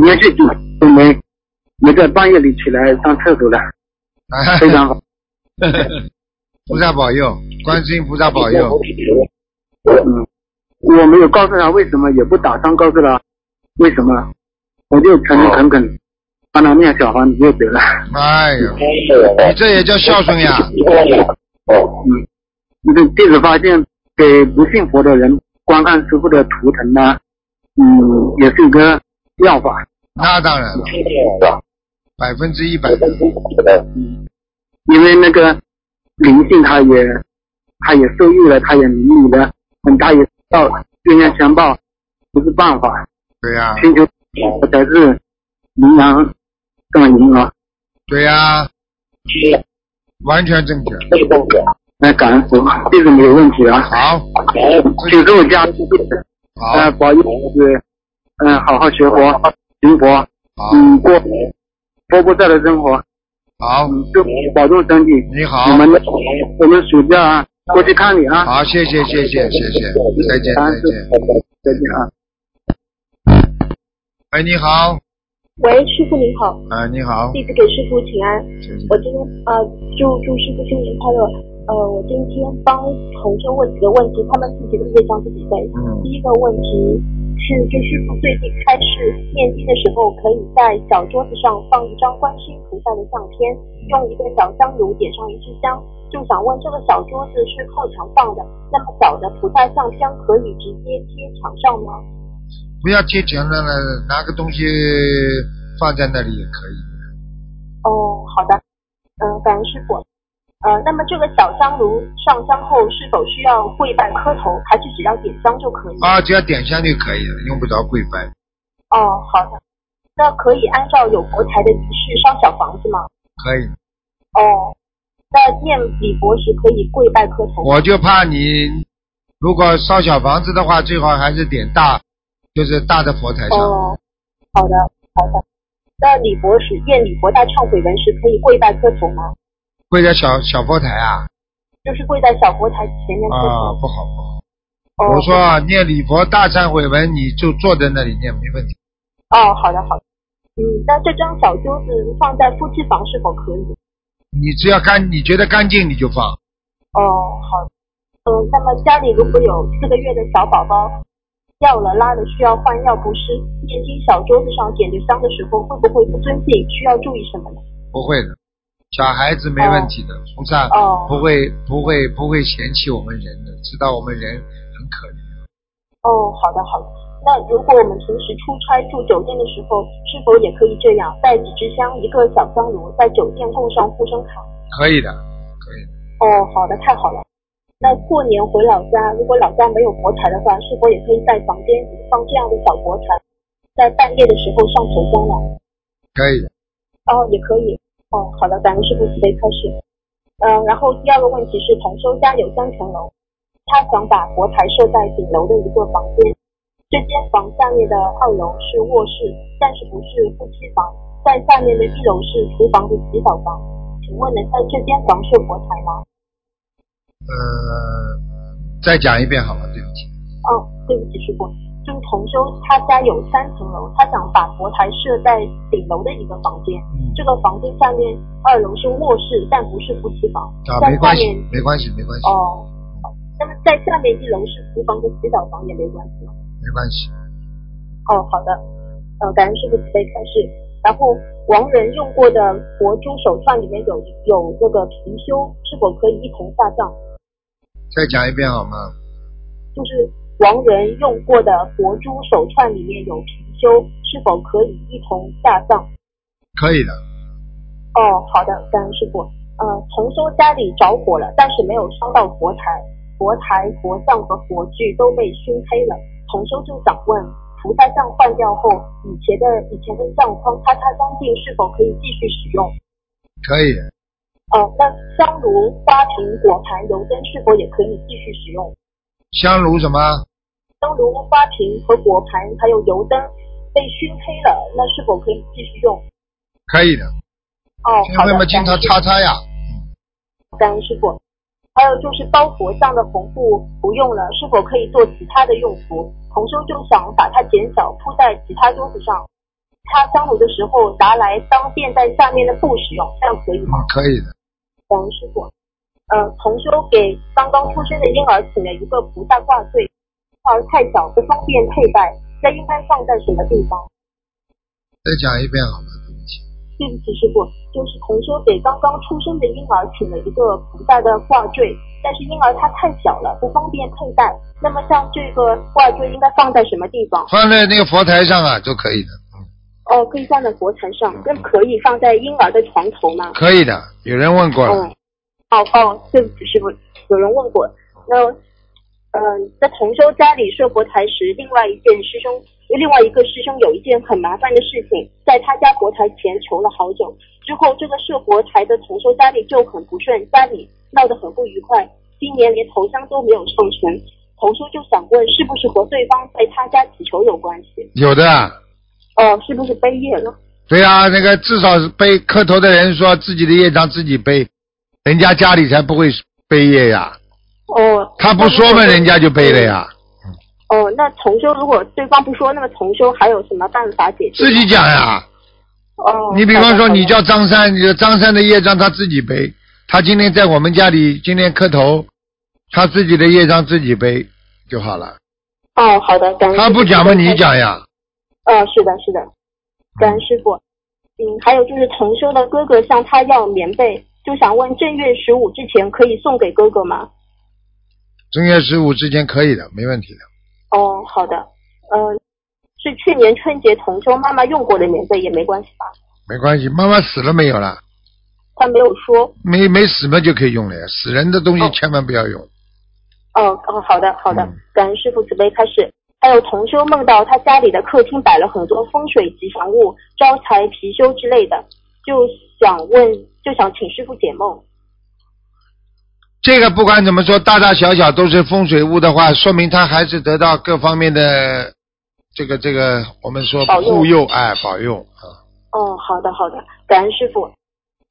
Speaker 6: 连续几天都没没在半夜里起来上厕所了，
Speaker 2: 哎
Speaker 6: 非常好。
Speaker 2: 菩萨保佑，观世音菩萨保佑。
Speaker 6: 嗯，我没有告诉他为什么，也不打算告诉他为什么，我就诚诚恳恳帮他念小房子就得了。
Speaker 2: 哎呦，你这也叫孝顺呀？
Speaker 6: 嗯，你的弟子发现给不信佛的人观看师傅的图腾呢，嗯，也是一个妙法。
Speaker 2: 那当然了，百分之一百的。
Speaker 6: 嗯，因为那个灵性他也他也受益了，他也明理了，很大也知道冤冤相报不是办法。
Speaker 2: 对呀、
Speaker 6: 寻求才是羚羊更赢啊！
Speaker 2: 对呀、完全正确。
Speaker 6: 那感恩佛，这个没有问题啊。
Speaker 2: 好，
Speaker 6: 请给我加持，呃，
Speaker 2: 好，
Speaker 6: 保佑是，嗯、好好学佛，行佛，
Speaker 2: 好，
Speaker 6: 嗯，过佛菩萨的生活，
Speaker 2: 好，
Speaker 6: 嗯，就保重身体。
Speaker 2: 你好，
Speaker 6: 我们我们暑假啊，过去看你啊。
Speaker 2: 好，谢谢，谢谢，谢谢，再见，
Speaker 6: 感恩
Speaker 2: 再
Speaker 6: 师
Speaker 2: 见。
Speaker 6: 父，再见啊。
Speaker 2: 喂，哎你好，
Speaker 3: 喂，师傅您好，
Speaker 2: 啊，你好，
Speaker 3: 弟子给师傅请安。
Speaker 2: 谢谢
Speaker 3: 我今天呃，祝祝师傅新年快乐。呃，我今天帮同学问几个问题，他们自己的业障自己背。
Speaker 2: 嗯
Speaker 3: 第一个问题是，就师傅最近开始念经的时候，可以在小桌子上放一张观世音菩萨的相片，用一个小香炉点上一支香。就想问，这个小桌子是靠墙放的，那么小的菩萨像香可以直接贴墙上吗？
Speaker 2: 不要贴钱了，拿个东西放在那里也可以。
Speaker 3: 哦，好的，嗯、感恩师傅。呃，那么这个小香炉上香后是否需要跪拜磕头，还是只要点香就可以？
Speaker 2: 啊，只要点香就可以了，用不着跪拜。
Speaker 3: 哦，好的。那可以按照有佛台的仪式烧小房子吗？
Speaker 2: 可以，
Speaker 3: 哦，那念礼佛时可以跪拜磕头。
Speaker 2: 我就怕你如果烧小房子的话，最好还是点大，就是大的佛台上。
Speaker 3: 哦，好的，好的。那礼佛时念礼佛大忏悔文时可以跪拜磕头吗？
Speaker 2: 跪在小小佛台啊，
Speaker 3: 就是跪在小佛台前面磕
Speaker 2: 啊，
Speaker 3: 头。
Speaker 2: 不好不好。
Speaker 3: 哦，
Speaker 2: 我说啊念礼佛大忏悔文，你就坐在那里念没问题。
Speaker 3: 哦，好的好的。嗯，那这张小桌子放在夫妻房是否可以？
Speaker 2: 你只要干，你觉得干净你就放。
Speaker 3: 哦，好。嗯，那么家里如果有四个月的小宝宝掉了拉了需要换药不湿，念经小桌子上点着香的时候会不会不尊敬？需要注意什么呢？
Speaker 2: 不会的，小孩子没问题的，菩萨
Speaker 3: 哦
Speaker 2: 不会不会不会嫌弃我们人的，知道我们人很可怜。
Speaker 3: 哦，好的好的。那如果我们平时出差住酒店的时候，是否也可以这样带几支香、一个小香炉，在酒店供上护生卡？
Speaker 2: 可以的，可以的。
Speaker 3: 哦，好的，太好了。那过年回老家，如果老家没有佛台的话，是否也可以在房间里放这样的小佛台，在半夜的时候上头香呢？
Speaker 2: 可以的，
Speaker 3: 哦，也可以。哦，好的，感恩师傅慈悲开始。嗯，然后第二个问题是，同修家有三层楼，他想把佛台设在顶楼的一个房间，这间房下面的二楼是卧室，但是不是夫妻房，在下面的一楼是厨房和洗澡房。请问能在这间房设佛台吗？
Speaker 2: 呃，再讲一遍好吗？对不起。
Speaker 3: 哦，对不起，师傅，就是同修他家有三层楼，他想把佛台设在顶楼的一个房间。
Speaker 2: 嗯
Speaker 3: 这个房间下面二楼是卧室，但不是夫妻房。
Speaker 2: 啊，
Speaker 3: 在
Speaker 2: 没
Speaker 3: 下
Speaker 2: 关系
Speaker 3: 面，
Speaker 2: 没关系，没关系，
Speaker 3: 哦，好那么在下面一楼是厨房和洗澡房也没关系吗？
Speaker 2: 没关系。
Speaker 3: 哦，好的，呃，感恩师傅慈悲开示。然后亡人用过的佛珠手串里面有有这个貔貅，是否可以一同下葬？
Speaker 2: 再讲一遍好吗？
Speaker 3: 就是亡人用过的佛珠手串里面有貔貅，是否可以一同下葬？
Speaker 2: 可以的，
Speaker 3: 哦，好的，感恩师傅。呃，同修家里着火了，但是没有烧到佛台，佛台、佛像和佛具都被熏黑了。同修就想问，菩萨像换掉后，以前的以前的相框擦擦干净，是否可以继续使用？
Speaker 2: 可以，
Speaker 3: 哦，那香炉、花瓶、果盘、油灯是否也可以继续使用？
Speaker 2: 香炉什么？
Speaker 3: 香炉、花瓶和果盘还有油灯被熏黑了，那是否可以继续用？
Speaker 2: 可以的，
Speaker 3: 哦，
Speaker 2: 因
Speaker 3: 好
Speaker 2: 为
Speaker 3: 的，
Speaker 2: 嘛经
Speaker 3: 感
Speaker 2: 常
Speaker 3: 恩师父
Speaker 2: 擦擦呀，啊
Speaker 3: 感恩师傅。还有就是包佛像的红布不用了，是否可以做其他的用途？同修就想把它减小，铺在其他桌子上。擦香炉的时候拿来当垫在下面的布使用，这样可以
Speaker 2: 嗯
Speaker 3: 吗？，
Speaker 2: 可以的，
Speaker 3: 感恩师傅。呃，同修给刚刚出生的婴儿请了一个菩萨挂坠，婴儿太小不方便佩戴，那应该放在什么地方？
Speaker 2: 再讲一遍好吗？对不起，
Speaker 3: 对嗯不起，师傅，就是同修给刚刚出生的婴儿请了一个菩萨的挂坠，但是婴儿他太小了，不方便佩戴。那么像这个挂坠应该放在什么地方？
Speaker 2: 放在那个佛台上啊，都可以的，嗯，
Speaker 3: 哦，可以放在佛坛上，那可以放在婴儿的床头吗？
Speaker 2: 可以的。有人问过了，
Speaker 3: 嗯，哦哦，对不起，师傅，有人问过。那，嗯、在同修家里设佛台时，另外一件师兄，另外一个师兄有一件很麻烦的事情，在他家佛台前求了好久，之后这个设佛台的同修家里就很不顺，家里闹得很不愉快，今年连头香都没有上成。同修就想问，是不是和对方在他家祈求有关系？
Speaker 2: 有的啊。
Speaker 3: 哦、是不是背业了？
Speaker 2: 对啊，那个至少是背磕头的人说自己的业障自己背，人家家里才不会背业呀。
Speaker 3: 哦，
Speaker 2: 他不说嘛，
Speaker 3: 那如果
Speaker 2: 人家就背了呀。
Speaker 3: 哦，那同修如果对方不说，那么同修还有什么办法解决？
Speaker 2: 自己讲呀。
Speaker 3: 哦，
Speaker 2: 你比方说，你
Speaker 3: 好的
Speaker 2: 叫张三，你说张三的业障他自己背，他今天在我们家里今天磕头，他自己的业障自己背就好了。
Speaker 3: 好的哦，好的，感恩
Speaker 2: 他
Speaker 3: 师父
Speaker 2: 不讲嘛，你。讲呀。
Speaker 3: 哦，是的，是的，感恩师傅。嗯，还有就是同修的哥哥向他要棉被，就想问正月十五之前可以送给哥哥吗？
Speaker 2: 正月十五之前可以的，没问题的。
Speaker 3: 哦，好的，嗯、是去年春节同修妈妈用过的棉被也没关系吧？
Speaker 2: 没关系，妈妈死了没有啦？
Speaker 3: 他没有说。
Speaker 2: 没没死嘛就可以用了呀，死人的东西千万不要用。
Speaker 3: 哦哦，好的好的
Speaker 2: 嗯，
Speaker 3: 感恩师傅慈悲开始。还有同修梦到他家里的客厅摆了很多风水吉祥物、招财貔貅之类的，就想问，就想请师傅解梦。
Speaker 2: 这个不管怎么说，大大小小都是风水物的话，说明他还是得到各方面的这个这个，我们说
Speaker 3: 保佑
Speaker 2: 护佑，哎，保佑啊。
Speaker 3: 哦，好的好的，感恩师傅。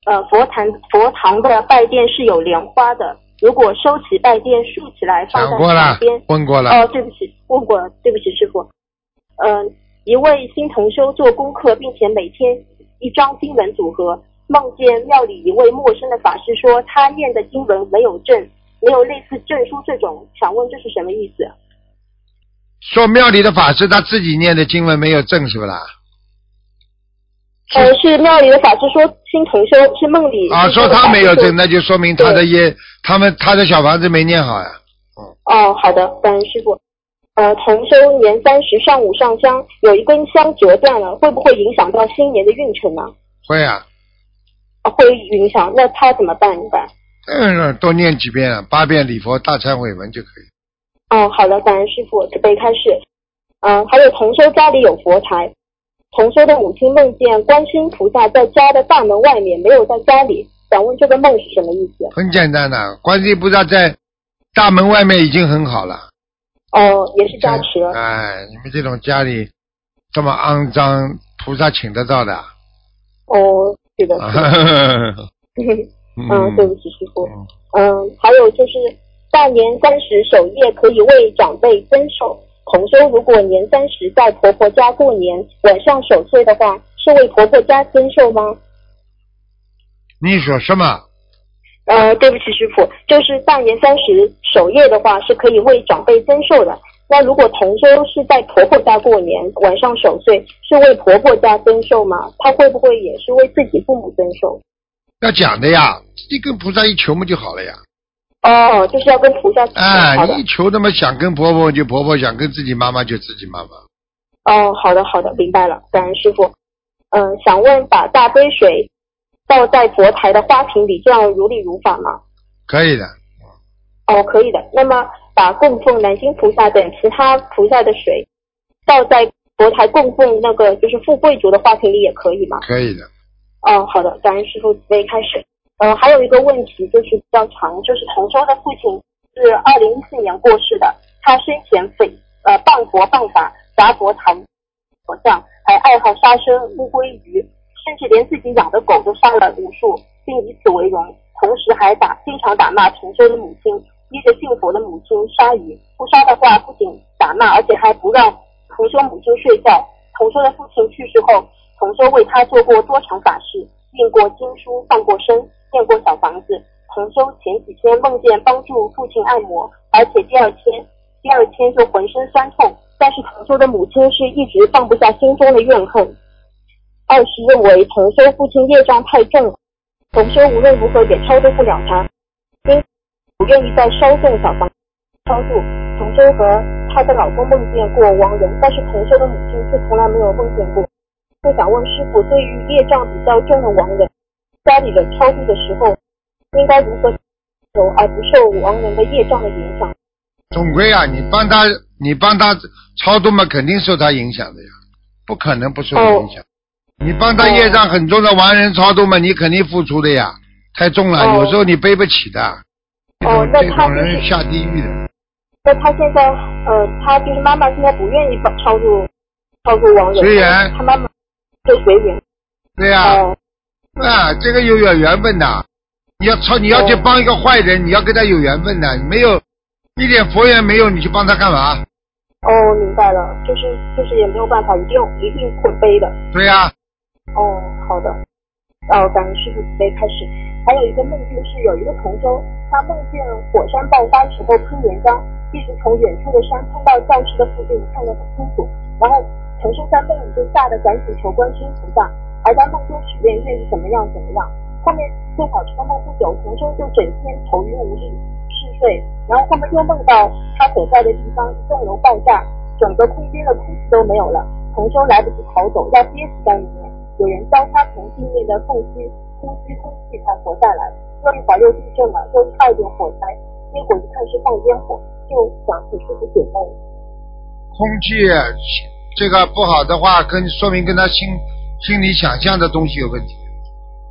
Speaker 3: 呃，佛坛佛堂的拜殿是有莲花的，如果收起拜殿竖起来放
Speaker 2: 讲
Speaker 3: 在
Speaker 2: 过了
Speaker 3: 旁边，，
Speaker 2: 问过了，
Speaker 3: 哦，对不起，问过了，对不起，师傅。嗯、一位新同修做功课，并且每天一张经文组合，梦见庙里一位陌生的法师说他念的经文没有证，没有类似证书这种，想问这是什么意思？
Speaker 2: 说庙里的法师他自己念的经文没有证是不啦？
Speaker 3: 呃，是庙里的法师说新同修是梦里
Speaker 2: 啊，说他没有证，
Speaker 3: 证。
Speaker 2: 那就说明他的
Speaker 3: 对
Speaker 2: 业，他们他的小房子没念好呀。
Speaker 3: 哦，好的，感恩师傅。呃，同修年三十上午上香，有一根香折断了，会不会影响到新年的运程呢？
Speaker 2: 会啊，
Speaker 3: 啊会影响，那他怎么办？应该？
Speaker 2: 嗯，多念几遍啊，八遍礼佛大忏悔文就可以。
Speaker 7: 嗯
Speaker 3: 哦，好的，感恩师傅慈悲开示。
Speaker 7: 呃
Speaker 3: 嗯，还有同修家里有佛台，同修的母亲梦见观世音菩萨在家的大门外面，没有在家里，想问这个梦是什么意思？
Speaker 2: 啊很简单的、观世音菩萨在大门外面已经很好了，
Speaker 7: 哦，也是加持。
Speaker 2: 哎，你们这种家里这么肮脏，菩萨请得到的啊？
Speaker 7: 哦，是的，是的 嗯，对不起，师傅。嗯，还有就是大年三十守夜可以为长辈增寿。同修如果年三十在婆婆家过年，晚上守岁的话，是为婆婆家增寿吗？
Speaker 2: 你说什么？
Speaker 7: 呃，对不起，师傅，就是大年三十守夜的话，是可以为长辈增寿的。那如果同修是在婆婆家过年，晚上守岁，是为婆婆家增寿吗？她会不会也是为自己父母增寿？
Speaker 2: 要讲的呀，自己跟菩萨一求嘛就好了呀。
Speaker 7: 哦，就是要跟菩萨请
Speaker 2: 哎
Speaker 7: 嗯好，的
Speaker 2: 你。一求，那么想跟婆婆就婆婆，想跟自己妈妈就自己妈妈。
Speaker 7: 哦，好的好的，明白了，感恩师傅。嗯、想问把大杯水倒在佛台的花瓶里，这样如理如法吗？
Speaker 2: 可以的，
Speaker 7: 哦，可以的。那么把供奉南京菩萨等其他菩萨的水倒在佛台供奉那个就是富贵竹的花瓶里也可以吗？
Speaker 2: 可以的。
Speaker 7: 哦，好的，感恩师傅慈悲开始。呃，还有一个问题就是比较长，就是同修的父亲是二零一四年过世的，他生前诽呃谤佛谤法，砸佛坛佛像，还爱好杀生、乌龟、鱼，甚至连自己养的狗都杀了无数，并以此为荣，同时还打经常打骂同修的母亲，逼着信佛的母亲杀鱼，不杀的话不仅打骂，而且还不让同修母亲睡觉。同修的父亲去世后，同修为他做过多场法事，念过经书，放过生，念过小房子。同修前几天梦见帮助父亲按摩，而且第二天，第二天就浑身酸痛。但是同修的母亲是一直放不下心中的怨恨。二是认为同修父亲业障太重，同修无论如何也超度不了他，因此不愿意再烧送小房子超度。同修和她的老公梦见过亡人，但是同修的母亲却从来没有梦见过。就想问师傅，对于业障比较重的亡人，家里人超度的时候，应该如何求而不受亡人的业障的影响？
Speaker 2: 总归啊，你帮他，你帮他超度嘛，肯定受他影响的呀，不可能不受影
Speaker 7: 哦
Speaker 2: 响。你帮他业障很重的亡人超度嘛，你肯定付出的呀，太重了，
Speaker 7: 哦
Speaker 2: 有时候你背不起的。这种
Speaker 7: 哦那
Speaker 2: 这
Speaker 7: 他
Speaker 2: 种
Speaker 7: 就是
Speaker 2: 人下地狱的，
Speaker 7: 那他现在，呃，他就是妈妈现在不愿意帮超度超度亡人，
Speaker 2: 随缘
Speaker 7: 他妈妈就随缘。
Speaker 2: 对呀、
Speaker 7: 哦、
Speaker 2: 啊，这个又有缘分呐。你要超，你要去
Speaker 7: 哦
Speaker 2: 帮一个坏人，你要跟他有缘分的，没有一点佛缘没有，你去帮他干嘛？
Speaker 7: 哦，明白了，就是就是也没有办法，一定一定会背的。
Speaker 2: 对呀、
Speaker 7: 哦，好的。哦，感恩师傅慈悲开始。还有一个梦境是有一个同修，他梦见火山爆发时候喷岩浆，一直从远处的山喷到教室的附近，看得很清楚。然后同修在梦里就吓得赶紧求观世音菩萨，而在梦中许愿愿意怎么样怎么样。后面做好这个梦不久，同修就整天头晕无力、嗜睡，然后后面又梦到他所在的地方一栋楼爆炸，整个空间的空气都没有了。同修来不及逃走，要憋死在里面。有人教他从地面的缝隙呼吸空气才活下来。过一会儿又地震了，又差一点火灾，结果一看是放烟火，就想起师傅解梦。
Speaker 2: 空气这个不好的话，跟说明跟他心心里想象的东西有问题，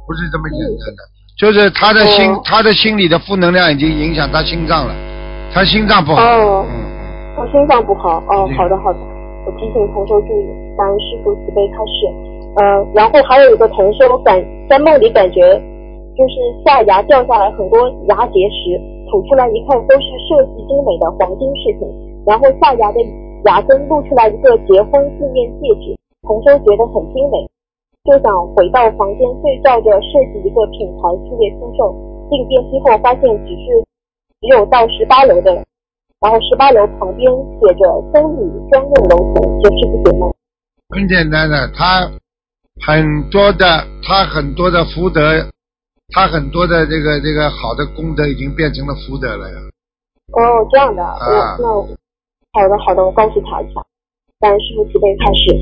Speaker 2: 不是这么简单的。就是他的心，
Speaker 7: 嗯哦
Speaker 2: 他的心里的负能量已经影响他心脏了，他心脏不好。
Speaker 7: 哦
Speaker 2: 嗯，
Speaker 7: 我心脏不好哦
Speaker 2: 嗯，
Speaker 7: 好的好的，我提醒同修注意，感恩师傅慈悲开示。呃，然后还有一个同修感在梦里感觉就是下牙掉下来很多牙结石，吐出来一看都是设计精美的黄金饰品，然后下牙的牙根露出来一个结婚纪念戒指，同修觉得很精美，就想回到房间对照着设计一个品牌系列出售。进电梯后发现只是只有到十八楼的然后十八楼旁边写着“僧侣专用楼层”，就是不解梦。
Speaker 2: 很简单的，他很多的，他很多的福德，他很多的这个这个好的功德已经变成了福德了呀。
Speaker 7: 哦，这样的，
Speaker 2: 啊
Speaker 7: 我那我好的好的，我告诉他一下。感恩师傅慈悲开始。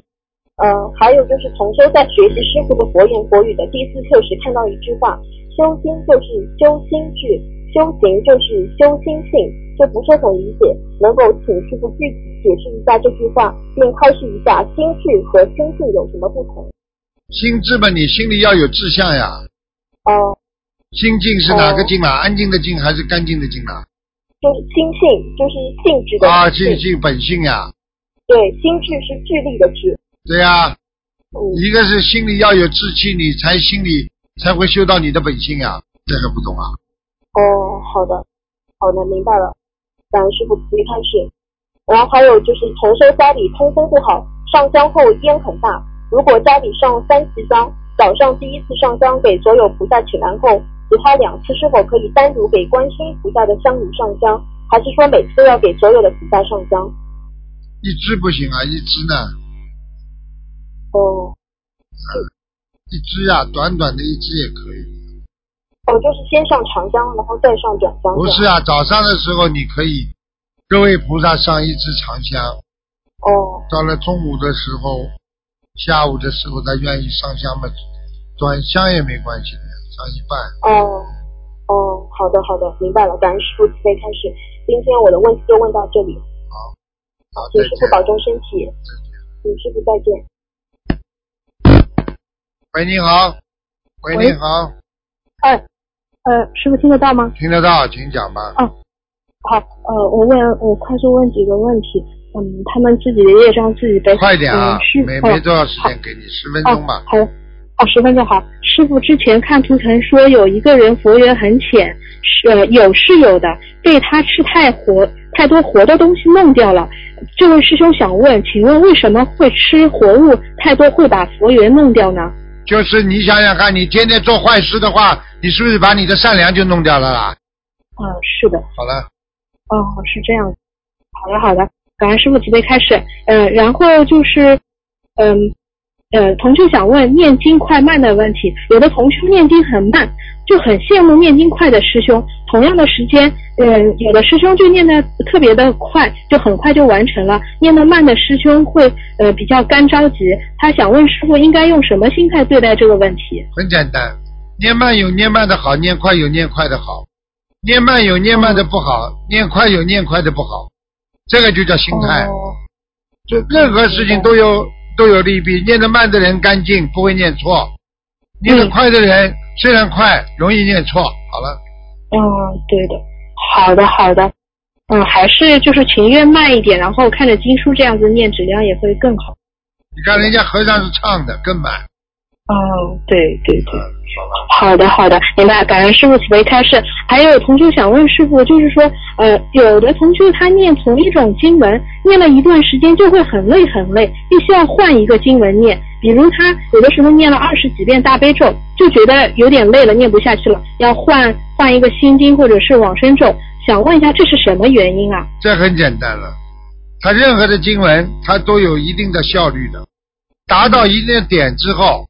Speaker 7: 呃，还有就是同修在学习师傅的佛言佛语的第四课时看到一句话：修心就是修心智，修行就是修心性。这不是很理解，能够请师傅具体解释一下这句话，并开示一下心智和心性有什么不同？
Speaker 2: 心智嘛，你心里要有志向呀。
Speaker 7: 哦、
Speaker 2: 心境是哪个
Speaker 7: 哦
Speaker 2: 境啊？安静的静还是干净的静啊？
Speaker 7: 就是心性，就是性质的
Speaker 2: 啊，
Speaker 7: 性
Speaker 2: 性性本性呀、
Speaker 7: 对，心智是智力的智。
Speaker 2: 对呀、
Speaker 7: 嗯，
Speaker 2: 一个是心里要有志气，你才心里才会修到你的本性呀、这还不懂啊？
Speaker 7: 哦，好的，好的，明白了。感恩师傅慈悲开示。然后还有就是同修家里通风不好，上香后烟很大。如果家里上三次香，早上第一次上香给所有菩萨请安后，其他两次是否可以单独给观世音菩萨的香炉上香？还是说每次都要给所有的菩萨上香？
Speaker 2: 一只不行啊，一只呢，
Speaker 7: 哦，
Speaker 2: 一只呀、短短的一只也可以。
Speaker 7: 哦，就是先上长香，然后再上短香。
Speaker 2: 不
Speaker 7: 这样
Speaker 2: 是啊，早上的时候你可以各位菩萨上一支长香，
Speaker 7: 哦，
Speaker 2: 到了中午的时候、下午的时候，他愿意上香嘛，短香也没关系的呀，上一半。
Speaker 7: 哦，哦，好的好的，明白了，感恩师傅慈悲开始。今天我的问题就问到这里，
Speaker 3: 啊
Speaker 2: 好，再
Speaker 7: 请师傅
Speaker 2: 见。
Speaker 7: 保重身体，请师傅再见。
Speaker 2: 喂，你好。喂，
Speaker 3: 喂
Speaker 2: 你好，
Speaker 3: 哎，呃，师傅听得到吗？
Speaker 2: 听得到，请讲吧。
Speaker 3: 好，呃，我问，我快速问几个问题，嗯，他们自己的业障自己背。
Speaker 2: 快点啊
Speaker 3: 嗯、，师
Speaker 2: 没
Speaker 3: 哦
Speaker 2: 没多少时间给你，十分钟吧。
Speaker 3: 好，哦，十分钟好。师傅之前看图腾说有一个人佛缘很浅，是、呃、有是有的，被他吃太活太多活的东西弄掉了。这位师兄想问，请问为什么会吃活物太多会把佛缘弄掉呢？
Speaker 2: 就是你想想看，你天天做坏事的话，你是不是把你的善良就弄掉了啦？
Speaker 3: 啊、是的，
Speaker 2: 好了，
Speaker 3: 哦，是这样。好的，好的，感恩师傅慈悲开始。嗯、然后就是，嗯、呃，同学想问念经快慢的问题。有的同学念经很慢，就很羡慕念经快的师兄。同样的时间，嗯、有的师兄就念的特别的快，就很快就完成了；念得慢的师兄会呃比较干着急。他想问师傅应该用什么心态对待这个问题？
Speaker 2: 很简单，念慢有念慢的好，念快有念快的好，念慢有念慢的不好，念快有念快的不好，这个就叫心态。
Speaker 3: 哦
Speaker 2: 就任何事情都有都有利弊，念得慢的人干净，不会念错；念得快的人、虽然快，容易念错。好了，
Speaker 3: 嗯，对的，好的好的，嗯，还是就是情愿慢一点，然后看着经书这样子念，质量也会更好。
Speaker 2: 你看人家和尚是唱的更慢，
Speaker 3: 嗯，对对对，
Speaker 2: 好了。
Speaker 3: 好的好的，明白。感恩师傅慈悲开示。还有同学想问师傅，就是说，呃，有的同学他念同一种经文，念了一段时间就会很累很累，必须要换一个经文念。比如他有的时候念了二十几遍大悲咒，就觉得有点累了，念不下去了，要换换一个心经或者是往生咒。想问一下，这是什么原因啊？
Speaker 2: 这很简单了，它任何的经文，它都有一定的效率的，达到一定的点之后，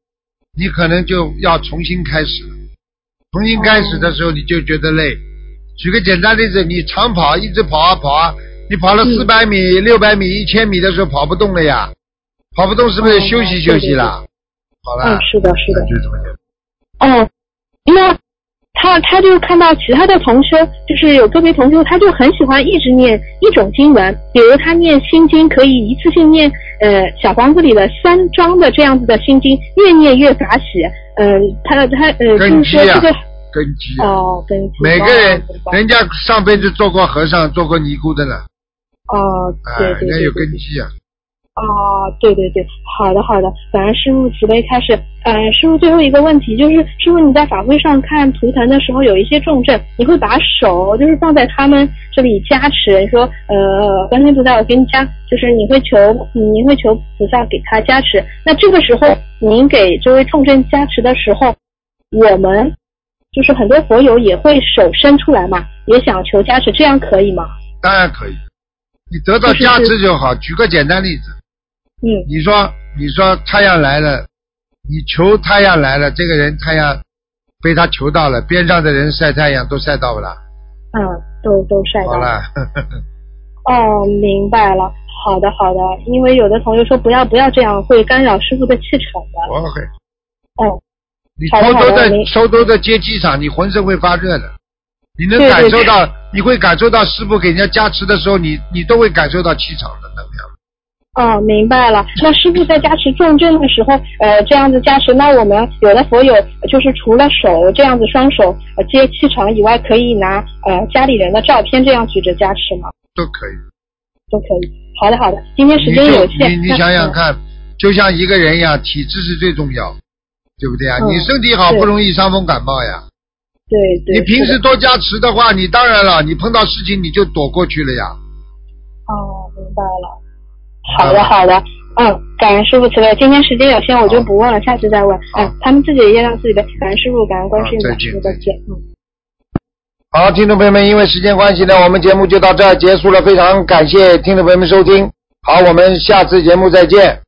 Speaker 2: 你可能就要重新开始了。重新开始的时候，你就觉得累。举个简单例子，你长跑一直跑啊跑啊，你跑了四
Speaker 3: 嗯
Speaker 2: 百米、六百米、一千米的时候跑不动了呀，跑不动是
Speaker 3: 哦
Speaker 2: 不是休息休息啦？好
Speaker 3: 嗯
Speaker 2: 了，，
Speaker 3: 是的，是的。
Speaker 2: 就这么简单。
Speaker 3: 哦，那他他就看到其他的同修，就是有个别同修，他就很喜欢一直念一种经文，比如他念心经，可以一次性念呃小房子里的三章的这样子的心经，越念越法喜。嗯、他他呃，就
Speaker 2: 根基
Speaker 3: 是说
Speaker 2: 啊
Speaker 3: 这个
Speaker 2: 根基啊，
Speaker 3: 哦，根基
Speaker 2: 每个人
Speaker 3: 哦
Speaker 2: 人家上辈子做过和尚、做过尼姑的呢，
Speaker 3: 哦，
Speaker 2: 啊，
Speaker 3: 对
Speaker 2: 人
Speaker 3: 对
Speaker 2: 家
Speaker 3: 对
Speaker 2: 有
Speaker 3: 对
Speaker 2: 根基啊。
Speaker 3: 啊，对对对，好的好的，感恩师傅慈悲开示。呃，师傅最后一个问题就是，师傅你在法会上看图腾的时候，有一些重症，你会把手就是放在他们这里加持，你说呃，观世音菩萨，我给你加，就是你会求你会求菩萨给他加持。那这个时候，您给这位重症加持的时候，我们就是很多佛友也会手伸出来嘛，也想求加持，这样可以吗？
Speaker 2: 当然可以，你得到加持就好。举个简单例子，
Speaker 3: 嗯
Speaker 2: 你说你说太阳来了，你求太阳来了，这个人太阳被他求到了，边上的人晒太阳都晒到不了，
Speaker 3: 嗯，都都晒到
Speaker 2: 好
Speaker 3: 了。
Speaker 2: 了，
Speaker 3: 哦，明白了。好的，好的。因为有的朋友说不要不要这样，会干扰师傅的气场 的。
Speaker 2: 我会。
Speaker 3: 哦，
Speaker 2: 你
Speaker 3: 好的
Speaker 2: 偷偷
Speaker 3: 好的
Speaker 2: 的
Speaker 3: 您
Speaker 2: 偷偷的接机场，你浑身会发热的，你能
Speaker 3: 对对
Speaker 2: 感受到，你会感受到师傅给人家加持的时候，你你都会感受到气场的能量。
Speaker 3: 哦，明白了。那师傅在加持重症的时候，呃，这样子加持，那我们有的佛友就是除了手这样子双手呃接气场以外，可以拿呃家里人的照片这样举着加持吗？
Speaker 2: 都可以。
Speaker 3: 都可以。好的，好的。今天时
Speaker 2: 你
Speaker 3: 间
Speaker 2: 就
Speaker 3: 有限，
Speaker 2: 你你
Speaker 3: 那嗯
Speaker 2: 想想，看，就像一个人呀，体质是最重要，对不对啊？
Speaker 3: 嗯
Speaker 2: 你身体好
Speaker 3: 对
Speaker 2: 不容易伤风感冒呀，
Speaker 3: 对对。
Speaker 2: 你平时
Speaker 3: 是的
Speaker 2: 多加持的话，你当然了，你碰到事情你就躲过去了呀。
Speaker 3: 哦，明白了。好的，
Speaker 2: 嗯
Speaker 3: 好的。嗯，感恩师傅慈悲。今天时间有限，我就
Speaker 2: 好
Speaker 3: 不问了，下次再问。
Speaker 2: 好
Speaker 3: 嗯，他们自己的业障自己背。感恩师傅，感恩观世音
Speaker 2: 好
Speaker 3: 菩
Speaker 2: 再
Speaker 3: 萨，
Speaker 2: 见
Speaker 3: 师傅再
Speaker 2: 再
Speaker 3: 见。嗯。
Speaker 2: 好，听众朋友们，因为时间关系呢，我们节目就到这儿结束了，非常感谢听众朋友们收听，好，我们下次节目再见。